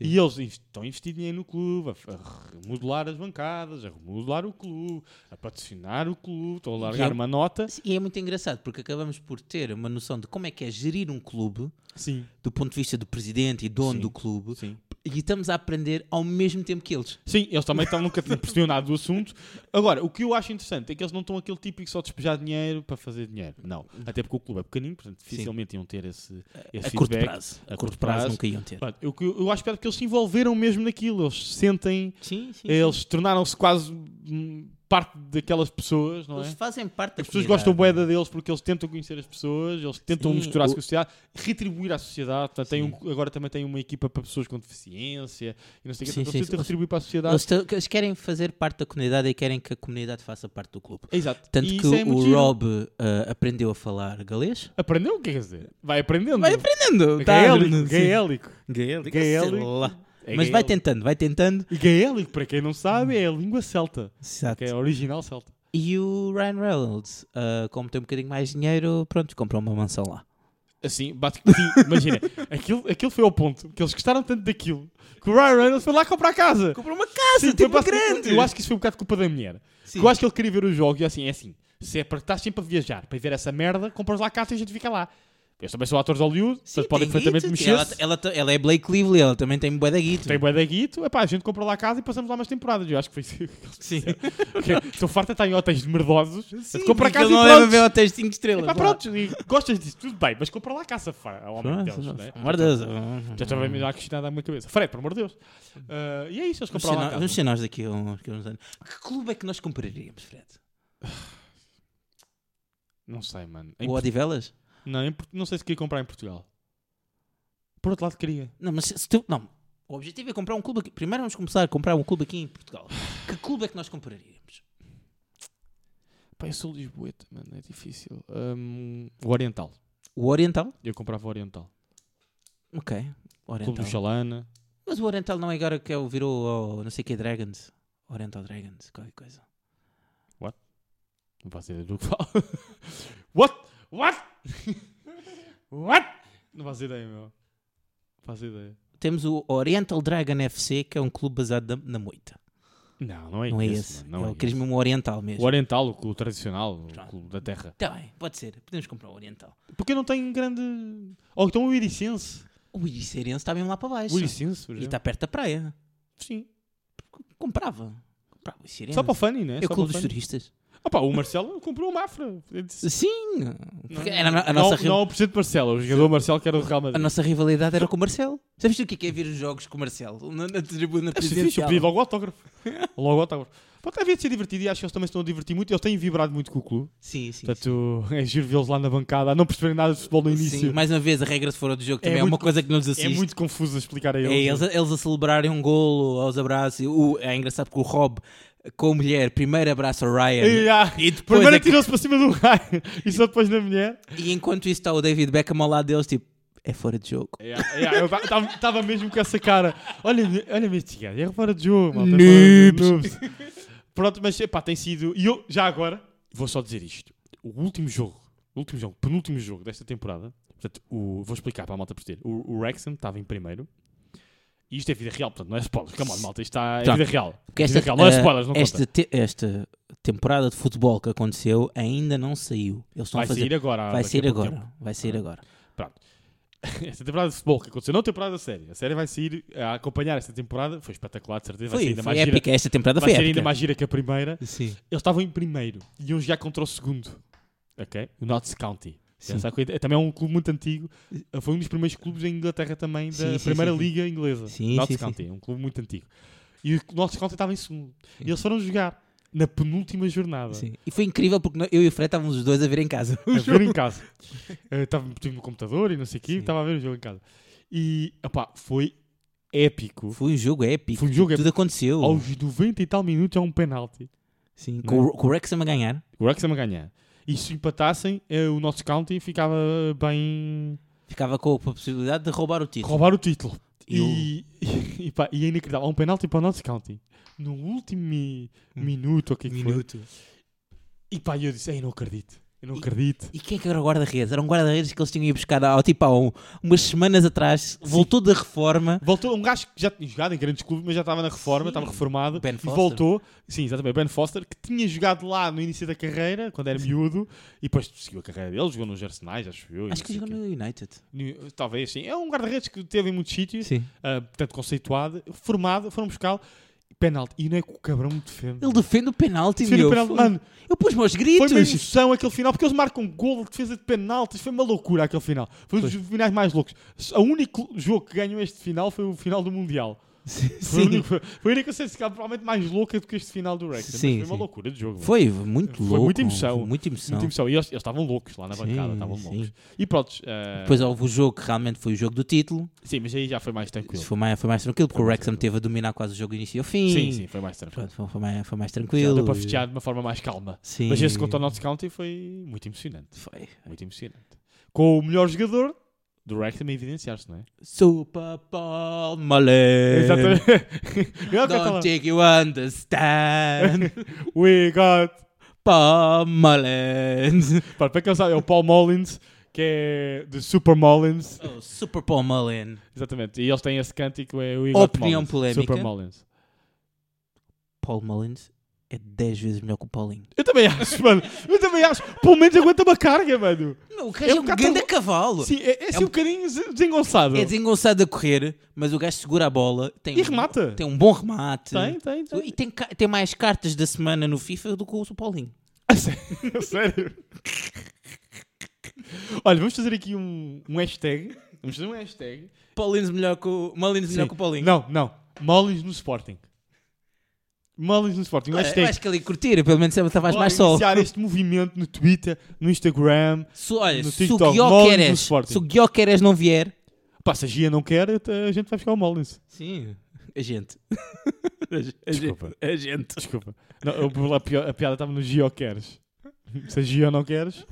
E eles inves- estão a investir dinheiro no clube, a, a remodelar as bancadas, a remodelar o clube, a patrocinar o clube, estão a largar
é-
uma nota.
E é muito engraçado porque acabamos por ter uma noção de como é que é gerir um clube
Sim.
do ponto de vista do presidente e dono
Sim.
do clube
Sim.
e estamos a aprender ao mesmo tempo que eles.
Sim, eles também estão, nunca tinham percebido nada do assunto. Agora, o que eu acho interessante é que eles não estão aquele típico só despejar dinheiro para fazer dinheiro. Não. Até porque o clube é pequenino, portanto, dificilmente iam ter esse, esse
a
feedback.
curto prazo.
A curto prazo.
nunca iam ter.
Pronto, eu, que- eu acho que é porque eles se envolveram mesmo naquilo. Eles sentem,
Sim, sim.
eles tornaram-se quase hum, parte daquelas pessoas, não é?
Eles fazem parte da
As pessoas
comunidade.
gostam bué da deles porque eles tentam conhecer as pessoas, eles tentam
Sim,
misturar-se
o-
com a sociedade, retribuir à sociedade. Portanto, tem um- agora também tem uma equipa para pessoas com deficiência e não sei o que.
Sim,
Eles
sim,
tentam
sim.
retribuir para a sociedade.
Eles, te- eles querem fazer parte da comunidade e querem que a comunidade faça parte do clube.
Exato.
Tanto
E
que
isso é muito
o
giro.
Rob ah, aprendeu a falar galês.
Aprendeu? O que é que quer dizer? Vai aprendendo.
Vai aprendendo.
É
tá
Gaélico.
sim.
Gaélico.
Gaélico,
Gaélico.
sei lá.
É
Mas vai
gaélico.
tentando, vai tentando.
E gaélico, para quem não sabe, é a língua celta.
Exato.
Que é a original celta.
E o Ryan Reynolds, ah, como tem um bocadinho mais dinheiro, pronto, comprou uma mansão lá.
Assim, bate sim, imagina. Aquilo, aquilo foi ao ponto que eles gostaram tanto daquilo que o Ryan Reynolds foi lá comprar a casa.
Comprou uma casa, tipo,
Sim, foi basicamente- Eu acho que isso foi um bocado culpa da mulher.
Sim.
Eu acho que ele queria ver o jogo e assim, é assim. Se é para estás sempre a viajar, para ir ver essa merda, compras lá a casa e a gente fica lá. Eles também são atores de Hollywood,
Sim,
portanto podem
tem
perfeitamente
guito.
mexer.
Ela,
se
ela, ta- ela é Blake Lively, ela também tem bué da guito.
Tem bué da guito, epá, a gente compra lá a casa e passamos lá umas temporadas. Eu acho que foi isso que eles
Sim.
fizeram. Porque Estou farta de estar em hotéis de merdosos.
Sim,
Portanto, compra a
porque ele
casa
não
e
leva
pronto.
ver hotéis de 5 estrelas.
Epá,
lá.
pronto, e gostas disso, tudo bem, mas compra lá a casa fora, ao homem deles,
Pronto,
né?
amor de Deus.
Já
Hum.
estava a me dar acrescentada à minha cabeça. Fred, por amor de Deus. Ah, e é isso, eles
Vamos ser
compraram lá a
nós-
casa.
Vamos ser nós daqui a uns, daqui a uns anos. Que clube é que nós compraríamos, Fred?
Não sei, mano. Em
O Odivelas?
Port- não, em Port- não sei se queria comprar em Portugal. Por outro lado, queria.
Não, mas se- se tu- Não, o objetivo é comprar um clube aqui. Primeiro vamos começar a comprar um clube aqui em Portugal. Que clube é que nós compraríamos?
Pá, eu sou Lisboeta, mano, é difícil. Ahm, o Oriental.
O Oriental?
Eu comprava o Oriental.
Ok.
Clube
Oriental.
do Xalana.
Mas o Oriental não é agora que é o virou ao não sei que Dragons. Oriental Dragons, qualquer coisa.
Não faço ideia do que falo. What? What? What? Não faço ideia, meu. Não faço ideia.
Temos o Oriental Dragon FC, que é um clube baseado na, na moita.
Não, não é,
não é
esse.
esse.
mano, não
é
é
o queres
esse.
mesmo o Oriental mesmo.
O Oriental, o clube tradicional, o
Pronto.
clube da terra.
Tá bem, pode ser. Podemos comprar o Oriental.
Porque não tem grande... Ou então o Iricense.
O Iricerense está mesmo lá para baixo.
O Iricense, por
É E tá-
exemplo.
está perto da praia.
Sim.
Comprava. Comprava o Iricerense.
Só para o funny, né?
É o
Só
clube
para
dos
o funny.
turistas.
Ah pá, o Marcelo comprou o Mafra. Eu disse,
Sim!
Não,
Porque era a, no- a
não,
nossa, ri-
não ao presidente Marcelo, o jogador Marcelo que era o Real
a
Madrid.
nossa rivalidade era com o Marcelo. Sabes o que é que é ver os jogos com o Marcelo? Na, na tribuna
Acho que fixe, eu
presidencial.
pedi logo o autógrafo. logo o autógrafo. Pronto, havia de ser divertido e acho que eles também se estão a divertir muito. Eles têm vibrado muito com o clube.
Sim, sim. sim.
Portanto, é giro vê-los lá na bancada, a não perceberem nada de futebol
Sim,
no início.
mais uma vez, a regra de fora do jogo
É
também é, uma
muito
coisa que nos assiste.
é muito confuso a explicar a
É
eles.
eles, a- eles a celebrarem um golo aos abraços. E o- é engraçado porque o Rob, com a mulher, primeiro abraça o Ryan.
E, ah,
E depois
primeiro
é que-
atirou-se para cima do raio e só depois na mulher.
E enquanto isso está o David Beckham ao lado deles, tipo, é fora de jogo.
Estava mesmo com essa cara. Olha, olha-me este gajo, é fora de jogo. malta, é
Noobs.
fora de- noobs. Pronto, mas epá, tem sido. E eu, já agora, vou só dizer isto. O último jogo, o último jogo, penúltimo jogo desta temporada. Portanto, o, vou explicar para a malta perceber. O, o Wrexham estava em primeiro. E isto é vida real, portanto, não é spoiler. Come on, malta, isto está, é
Tá.
vida real.
Porque
Vida real. Não é
eh,
spoilers, não
esta,
conta.
te- esta temporada de futebol que aconteceu ainda não saiu. Eles estão
Vai
a fazer.
sair agora.
vai
daqui a
sair
pouco
agora.
tempo. Ah.
Vai sair agora.
Esta temporada de futebol que aconteceu, não a temporada da série. A série vai sair eh, a acompanhar esta temporada. Foi espetacular, de certeza. vai ser
Foi,
ainda
foi
mais gira.
épica. Esta temporada
Vai
foi
ser
épica.
ainda mais gira que a primeira.
Sim.
Eles estavam em primeiro. e Iam já contra o segundo. Ok? O Notts County.
Sim.
Essa coisa- é Também é um clube muito antigo. Foi um dos primeiros clubes da Inglaterra também, da
Sim, sim,
primeira
sim, sim.
liga inglesa.
Sim,
Notts
sim,
County. É um clube muito antigo. E o Notts County estava em segundo. E eles foram jogar na penúltima jornada.
Sim. E foi incrível porque no- eu e o Fred estávamos os dois a ver em casa.
a ver em casa. Eh, Estava metido no computador e não sei o quê,
Sim.
estava a ver o jogo em casa. E, opá, foi épico.
Foi um jogo épico.
Foi um jogo
Tudo aconteceu.
Aos 90 e tal minutos é um penalti.
Sim. Com, o- com o Wrexham a ganhar.
O Wrexham a ganhar. E se empatassem, eh, o nosso county ficava bem...
Ficava com a possibilidade de roubar o título.
Roubar o título.
E o-
E, e, pá, e é inacreditável. Há um penalti para o nosso county. No último mi-
Hum.
minuto, ou o que é que foi. E pá, eu disse, ei, não acredito. Eu não
E-
acredito.
E quem é que era o guarda-redes? Era um guarda-redes que eles tinham ido buscar ao, tipo, há um- umas semanas atrás. Voltou da reforma.
Voltou um gajo que já tinha jogado em grandes clubes, mas já estava na reforma,
Sim.
estava reformado.
Ben
e
Foster.
voltou, sim, exatamente, Ben Foster, que tinha jogado lá no início da carreira, quando era miúdo, e depois seguiu a carreira dele, jogou nos Arsenais, acho eu. e
Acho
não
que
sei
jogou no
quê.
United.
Ni- Talvez, sim. É um guarda-redes que teve em muitos sítios,
Sim.
ah, portanto, conceituado, formado, foram buscá-lo, penalti. E não é que o cabrão me defende.
Ele defende o penalti,
Defende
meu.
o penalti.
Foi-
Mano,
Eu pus-me aos
foi uma
gritos.
emoção aquele final, porque eles marcam um gol de defesa de penaltis, foi uma loucura aquele final. Foi um dos finais mais loucos. O único jogo que ganhou este final foi o final do Mundial. Foi o
Sim.
único- Foi a única CSKA provavelmente mais louca do que este final do Wrexham. mas
Sim,
Foi uma
sim.
loucura de jogo.
Foi muito
Foi
louco.
muita emoção.
foi Muita emoção.
Muito emoção. E eles eles estavam loucos lá na
Sim,
bancada. Estavam
sim.
loucos. E pronto. eh,
Depois houve o jogo que realmente foi o jogo do título.
Sim, mas aí já foi mais tranquilo.
Isso foi, mais, foi mais tranquilo, porque
Foi
o
mais
Wrexham teve a dominar quase o jogo do início ao fim.
Sim, sim, foi mais tranquilo.
Pronto, foi, foi mais, foi mais
Já
tranquilo.
deu para festejar de uma forma mais calma.
Sim.
Mas esse contra o Notts County foi muito emocionante.
Foi.
Muito emocionante. Com o melhor jogador do Wrexham a evidenciar-se, não é?
Super Paul Malé.
Exatamente. Eu
Don't
canto lá.
think you understand.
We got...
Paul Malé.
Pá, para quem não sabe, é o Paul Mullins, que é de Super Mullins.
Oh, Super Paul Malé.
Exatamente. E eles têm esse cântico, é o
Opinião
Mullins, Super
polémica.
Mullins.
Paul Mullins é 10 vezes melhor que o Paulinho.
Eu também acho, mano. Eu também acho. Pelo menos aguenta uma carga, mano.
Não, o
É
gajo é,
um
um
bocado
grande
tão-
cavalo.
Sim, é, é assim
É um-
um bocadinho des- desengonçado.
É desengonçado a correr, mas o gajo segura a bola. Tem
E
um-
remata.
Tem um bom remate.
Tem, tem, tem.
E tem, ca- tem mais cartas da semana no FIFA do que o Paulinho.
A sério? A sério? Olha, vamos fazer aqui um, um hashtag. Vamos fazer um hashtag.
Paulins melhor que o. Malins melhor
Sim.
que o Paulinho.
Não, não. Molins no Sporting. Molins no Sporting. Um
Ah, eu
hashtag.
acho que ele ia curtir, pelo menos sempre estavas
Bora
mais sol.
iniciar este movimento no Twitter, no Instagram.
Se, olha,
no
se o
TikTok, Molins no
Guioqueres
Sporting.
se o Guioqueres não vier.
Pá, se a Gia não quer, a gente vai ficar o Molins.
Sim. A gente.
Desculpa. A gente. Desculpa. Não, eu- a, pio- a piada estava no Gio queres. Se a Gio não queres,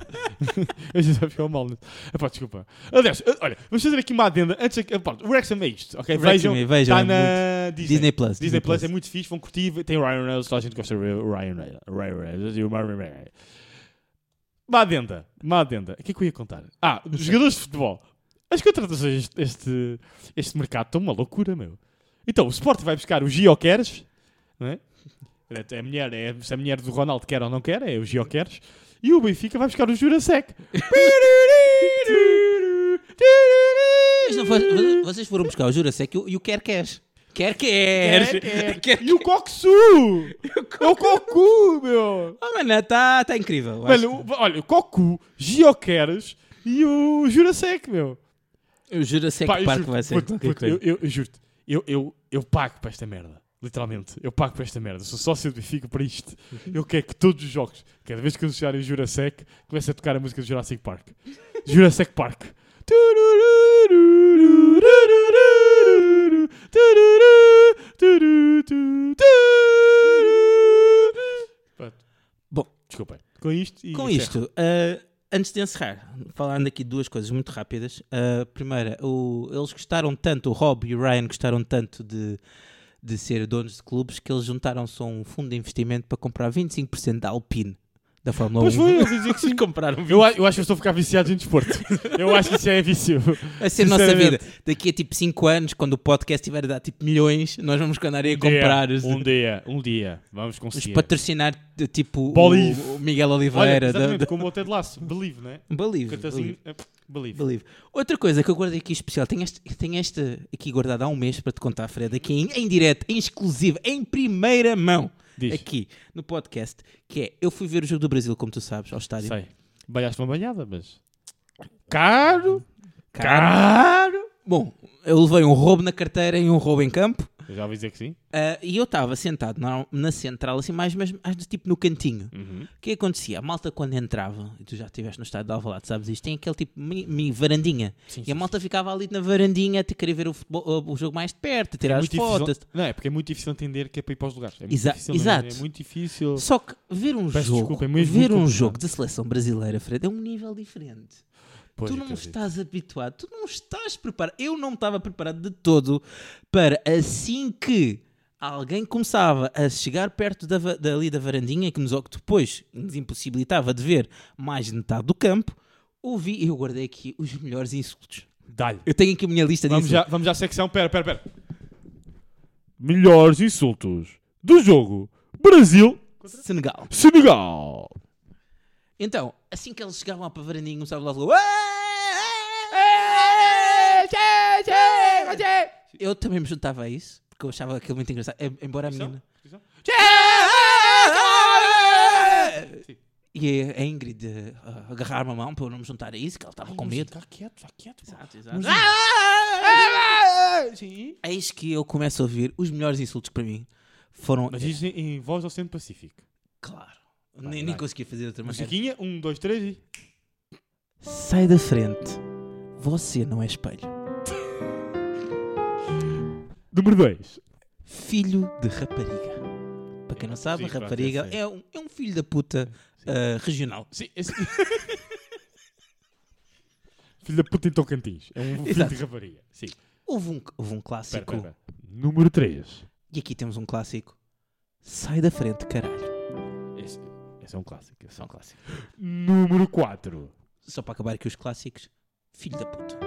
a gente vai ficar é mal. Epá, desculpa. Aliás, olha, vamos fazer aqui uma adenda. Antes, que- epá, o Wrexham é isto, ok?
O Wrexham,
vejam,
vejam,
tá
é
na Disney.
Disney Plus,
Disney,
Disney
Plus.
Plus.
é muito fixe, vão curtir. Tem o Ryan Reynolds, toda a gente gosta de ver o Ryan Reynolds. Ryan Reynolds e o Marvin Reynolds. Uma adenda, uma adenda. O que é que eu ia contar? Ah, os jogadores de futebol. As contratações, este, este, este mercado, estão uma loucura, meu. Então, o Sport vai buscar o Gioqueres, não é? Portanto, A mulher, é, se a mulher do Ronaldo quer ou não quer, é o Gioqueres. E o Benfica vai buscar o Jurasek.
Mas não faz- vo- vocês foram buscar o Jurasek e o- e o Quer Queres. Quer Queres.
Quer,
Quer-
E o Coxu! É o Cocu, meu!
Ah, mano, está tá incrível. eu acho.
Olha, o- olha, o Cocu, Gioqueres e o Jurasek, meu.
o Jurasek
Pá, eu
Park
juro-te,
vai ser.
puto,
qualquer
puto,
coisa.
eu, eu, eu juro-te, eu, eu, eu pago para esta merda. Literalmente, eu pago para esta merda. Sou sócio do Benfica para isto. Eu quero que todos os jogos, cada vez que anunciarem o Jurassic, comece a tocar a música do Jurassic Park. Jurassic Park. Pronto.
Bom.
desculpem. Com isto e
Com
encerro.
isto, ah, antes de encerrar, falando aqui de duas coisas muito rápidas. Ah, primeira, o- eles gostaram tanto, o Rob e o Ryan gostaram tanto de, de ser donos de clubes que eles juntaram-se a um fundo de investimento para comprar 25% da Alpine, da Fórmula
Pois
1.
foi, eles diziam que sim.
compraram
Eu, a- eu acho que eu estou a ficar viciado em desporto. Eu acho que isso é vício.
Vai ser a nossa vida.
Sinceramente.
Daqui a tipo 5 anos, quando o podcast tiver a dar tipo milhões, nós vamos andar aí a comprar os,
Um dia, um dia. Vamos
os
conseguir.
patrocinar de, tipo o-
Bolive.
o, Miguel
Olha,
Oliveira.
exatamente,
da, da...
como o Ted Lasso. Believe, né?
Believe,
Canta
believe.
assim. é, Believe.
Believe. Outra coisa que eu guardei aqui especial, tenho este, tenho este aqui guardado há um mês para te contar, Fred, aqui em, em direto, em exclusivo, em primeira mão,
Diz.
aqui no podcast, que é, eu fui ver o jogo do Brasil, como tu sabes, ao estádio.
Sei. Banhaste uma banhada, mas. Caro!
Cara,
Caro!
Bom, eu levei um roubo na carteira e um roubo em campo,
Eu já ouvi dizer que sim.
ah, e eu estava sentado na, na central, assim, mais, mais, mais do tipo no cantinho.
Uhum.
O que acontecia? A malta quando entrava, e tu já estiveste no estádio de Alvalade, sabes isto, tem aquele tipo, mi, mi- varandinha. e a malta ficava ali na varandinha a te querer ver o, futebol- ah, o jogo mais de perto, a tirar as
Muito difícil-
fotos.
Não, é porque é muito difícil entender que é para ir para os lugares. É muito
Exa-
difícil, não é?
exato.
É muito difícil.
Só que ver um
Peço
jogo,
desculpa, é mesmo
ver
muito
um
complicado.
jogo da seleção brasileira, Fred, é um nível diferente.
Pois,
tu não
acredito.
estás habituado, tu não estás preparado. Eu não estava preparado de todo para assim que alguém começava a chegar perto da, va- dali da varandinha que nos que depois nos impossibilitava de ver mais de metade do campo, ouvi e eu guardei aqui os melhores insultos.
Dá-lhe.
Eu tenho aqui a minha lista de
Vamos
insultos.
já, vamos já à secção. Pera, pera, pera. Melhores insultos do jogo Brasil-Senegal.
Senegal. Então, assim que eles chegavam à pavarandinha, começava lá a falar. Eu também me juntava a isso, porque eu achava aquilo muito engraçado. em- Embora a menina. E a a Ingrid eh, ah, agarrar-me a mão para eu não me juntar a isso, que ela estava com medo.
Está quieto, está quieto.
Exato, exato.
Ah,
Eis que eu começo a ouvir os melhores insultos para mim. Foram.
Mas isto em, em voz ao Centro Pacífico.
Claro. nem nem
vai.
conseguia fazer de outra maneira.
Musiquinha, um, dois, três e.
Sai da frente. Você não é espelho.
Número 2.
Filho de rapariga. Para quem não sabe,
Sim, claro,
rapariga
eu sei.
é um, é um filho da puta ah, regional.
Sim, esse... filho da puta em Tocantins. É um filho
Exato.
de rapariga. Sim.
Houve um, houve um clássico.
Pera, pera, pera. Número 3.
E aqui temos um clássico. Sai da frente, caralho.
Esse, esse é um clássico. Esse é um clássico. Número 4.
Só para acabar aqui os clássicos. Filho da puta.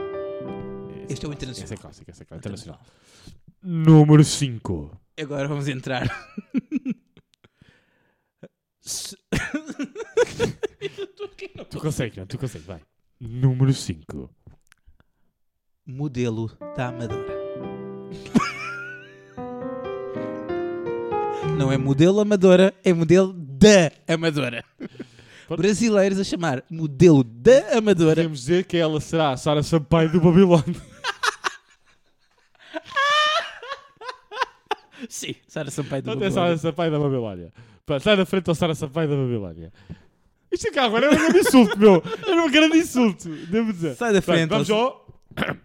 Este é o internacional.
Esse é clássico, esse é clássico. Internacional. Número 5.
Agora vamos entrar
Tu consegues, mano, tu consegues, vai. Número 5.
Modelo da Amadora. Não é modelo Amadora, é modelo da Amadora. Brasileiros a chamar modelo da Amadora.
Podemos dizer que ela será a Sara Sampaio do Babilônia.
Sim, Sara Sampaio do
Não tem
Amadora.
Sara Sampaio da Babilónia. Pá, sai da frente ao Sara Sampaio da Babilónia. Isto cá agora era um grande insulto, meu. Era um grande insulto, devo dizer.
Sai da
Pronto,
frente
Vamos
ao-
ao...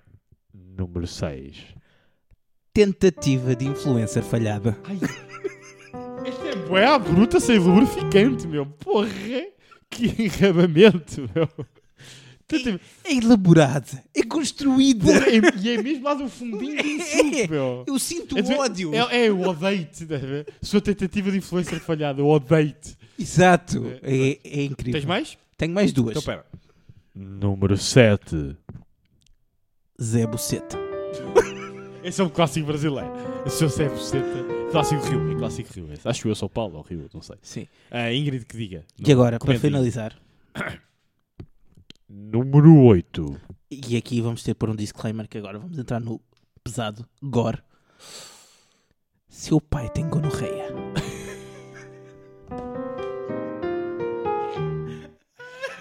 Número 6.
Tentativa de influencer falhada.
Este é bué à bruta sem lubrificante, meu. Porra. Que enrabamento, meu. Tentativa-
É elaborada, é construída.
Porra, e- e é mesmo lá do fundinho de insulto, meu.
Eu sinto
É dizer-
ódio.
É, é eu odeio-te. estás a ver? Sua tentativa de influencer falhada, eu odeio-te.
Exato,
É,
é, é incrível.
Tens mais?
Tenho mais duas.
Então pera. Número 7.
Zé Buceta.
Esse é um clássico brasileiro. Esse é o Sérgio Buceta. Clássico Rio, é clássico Rio. esse. Acho que eu sou Paulo ou Rio, não sei.
Sim.
Ah, Ingrid que diga.
E agora, para
Comentem.
finalizar,
Número 8.
e aqui vamos ter por um disclaimer que agora vamos entrar no pesado gore. Seu pai tem gonorreia.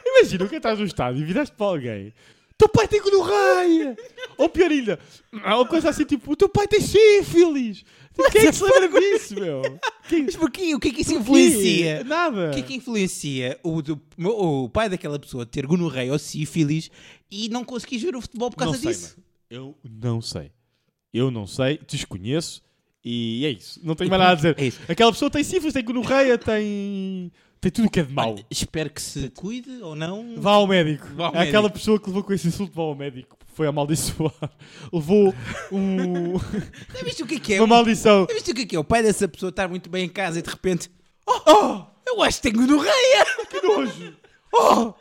Imagina que estás no estádio e viraste para alguém. Teu pai tem gonorreia! Ou pior ainda, há uma coisa assim tipo, o teu pai tem sífilis! Tipo, quem é que se lembra disso, meu? Quem...
Mas porquê? O que é que isso influencia?
Nada!
O que é que influencia o, do- o pai daquela pessoa ter gonorreia ou sífilis e não conseguir ver o futebol por causa
não sei,
disso?
mano. Eu não sei. Eu não sei, desconheço e é isso. Não tenho
E
mais nada a
pronto,
dizer.
é isso.
Aquela pessoa tem sífilis, tem gonorreia, tem. tem tudo o que é de mau.
Espero que se cuide ou não.
Vá ao médico.
Vá ao
É Aquela
médico.
pessoa que levou com esse insulto, vá ao médico. Foi amaldiçoar. Levou um-
Já viste o que é que é?
uma maldição.
Já viste o que é que é? O pai dessa pessoa estar muito bem em casa e de repente. Oh, oh eu acho que tenho gonorreia!
Que nojo! Oh!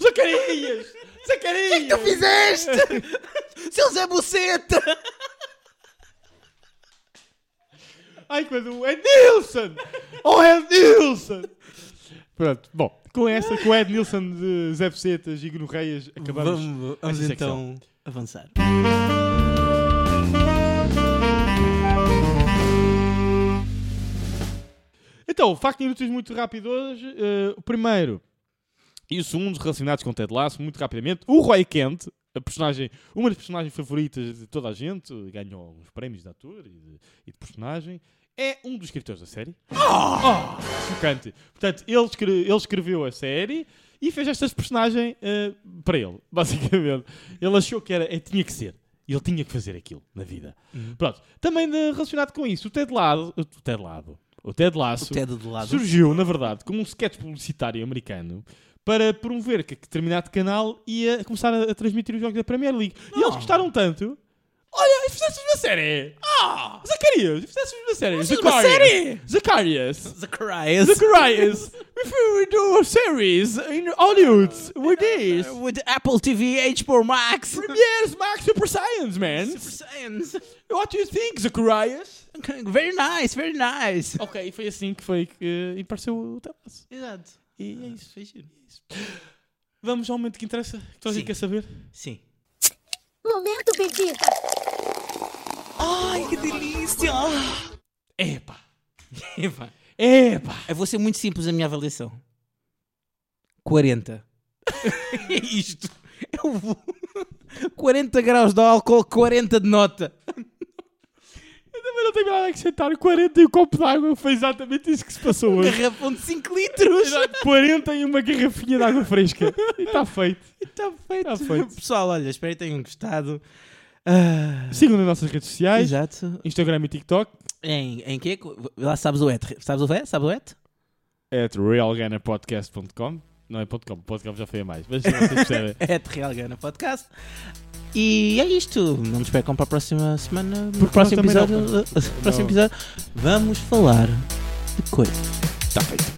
Zacarias! Zacarias!
que tu fizeste? Seu Zé Buceta!
Ai, quando é Nilson! Oh, é Nilson! Pronto, bom, com essa, com o Ed Nilson de Zé Bucetas e Gonorreias, acabamos.
Vamos,
esta secção.
então avançar.
Então, facto inúteis muito rápido hoje. Eh, o primeiro, e o segundo, um relacionados com Ted Lasso, muito rapidamente. O Roy Kent, a personagem, uma das personagens favoritas de toda a gente, ganhou alguns prémios de ator e de, e de personagem, é um dos escritores da série. Oh, chocante. Portanto, ele, escre- ele escreveu a série e fez esta personagem eh, para ele, basicamente. Ele achou que era, eh, tinha que ser. Ele tinha que fazer aquilo na vida. Pronto. Também eh, relacionado com isso, o Ted Lasso... O Ted Lasso... O Ted Lasso...
O Ted de lado.
Surgiu, na verdade, como um sketch publicitário americano para promover que determinado canal ia começar a, a transmitir os jogos da Premier League. E eles gostaram tanto. Olha, e fizesse uma série! Ah! Zacarias, e fizesse uma série!
fiz uma série!
Zacarias!
Zacharias.
Zacarias! If we do a series in Hollywood with this!
With Apple TV H4 Max.
Yes, Max Super Science, man!
Super Science.
What do you think, Zacarias?
Okay, Very nice, very nice.
Ok, e foi assim que foi que eh, apareceu o Telasso.
Exato.
E é isso.
Isso, foi giro.
Vamos ao momento que interessa, que toda a gente
Sim.
quer saber.
Sim.
Momento bebida.
Ai, que delícia!
Epá!
Epá,
Epá!
Eu vou ser muito simples na minha avaliação. 40. é isto. Eu vou. 40 graus de álcool, 40 de nota.
Eu também não tenho nada a acrescentar. 40 e o copo d'água foi exatamente isso que se passou hoje.
Garrafão de 5 litros.
Exato, 40 e uma garrafinha de água fresca. E está feito.
Está feito.
Tá feito.
Pessoal, olha, espero que tenham gostado. Ah,
Sigam nas nossas redes sociais.
Exato.
Instagram e TikTok.
Em, em que? Lá sabes o et. Sabes o et? Sabes o et?
At realganapodcast.com Não é .com, .com já foi a mais. Mas vocês percebem.
Et Real Gana Podcast. E é isto. Não nos percam para a próxima semana.
Porque
Porque próximo
nós também
episódio, próximo episódio vamos falar de coisas.
Está feito.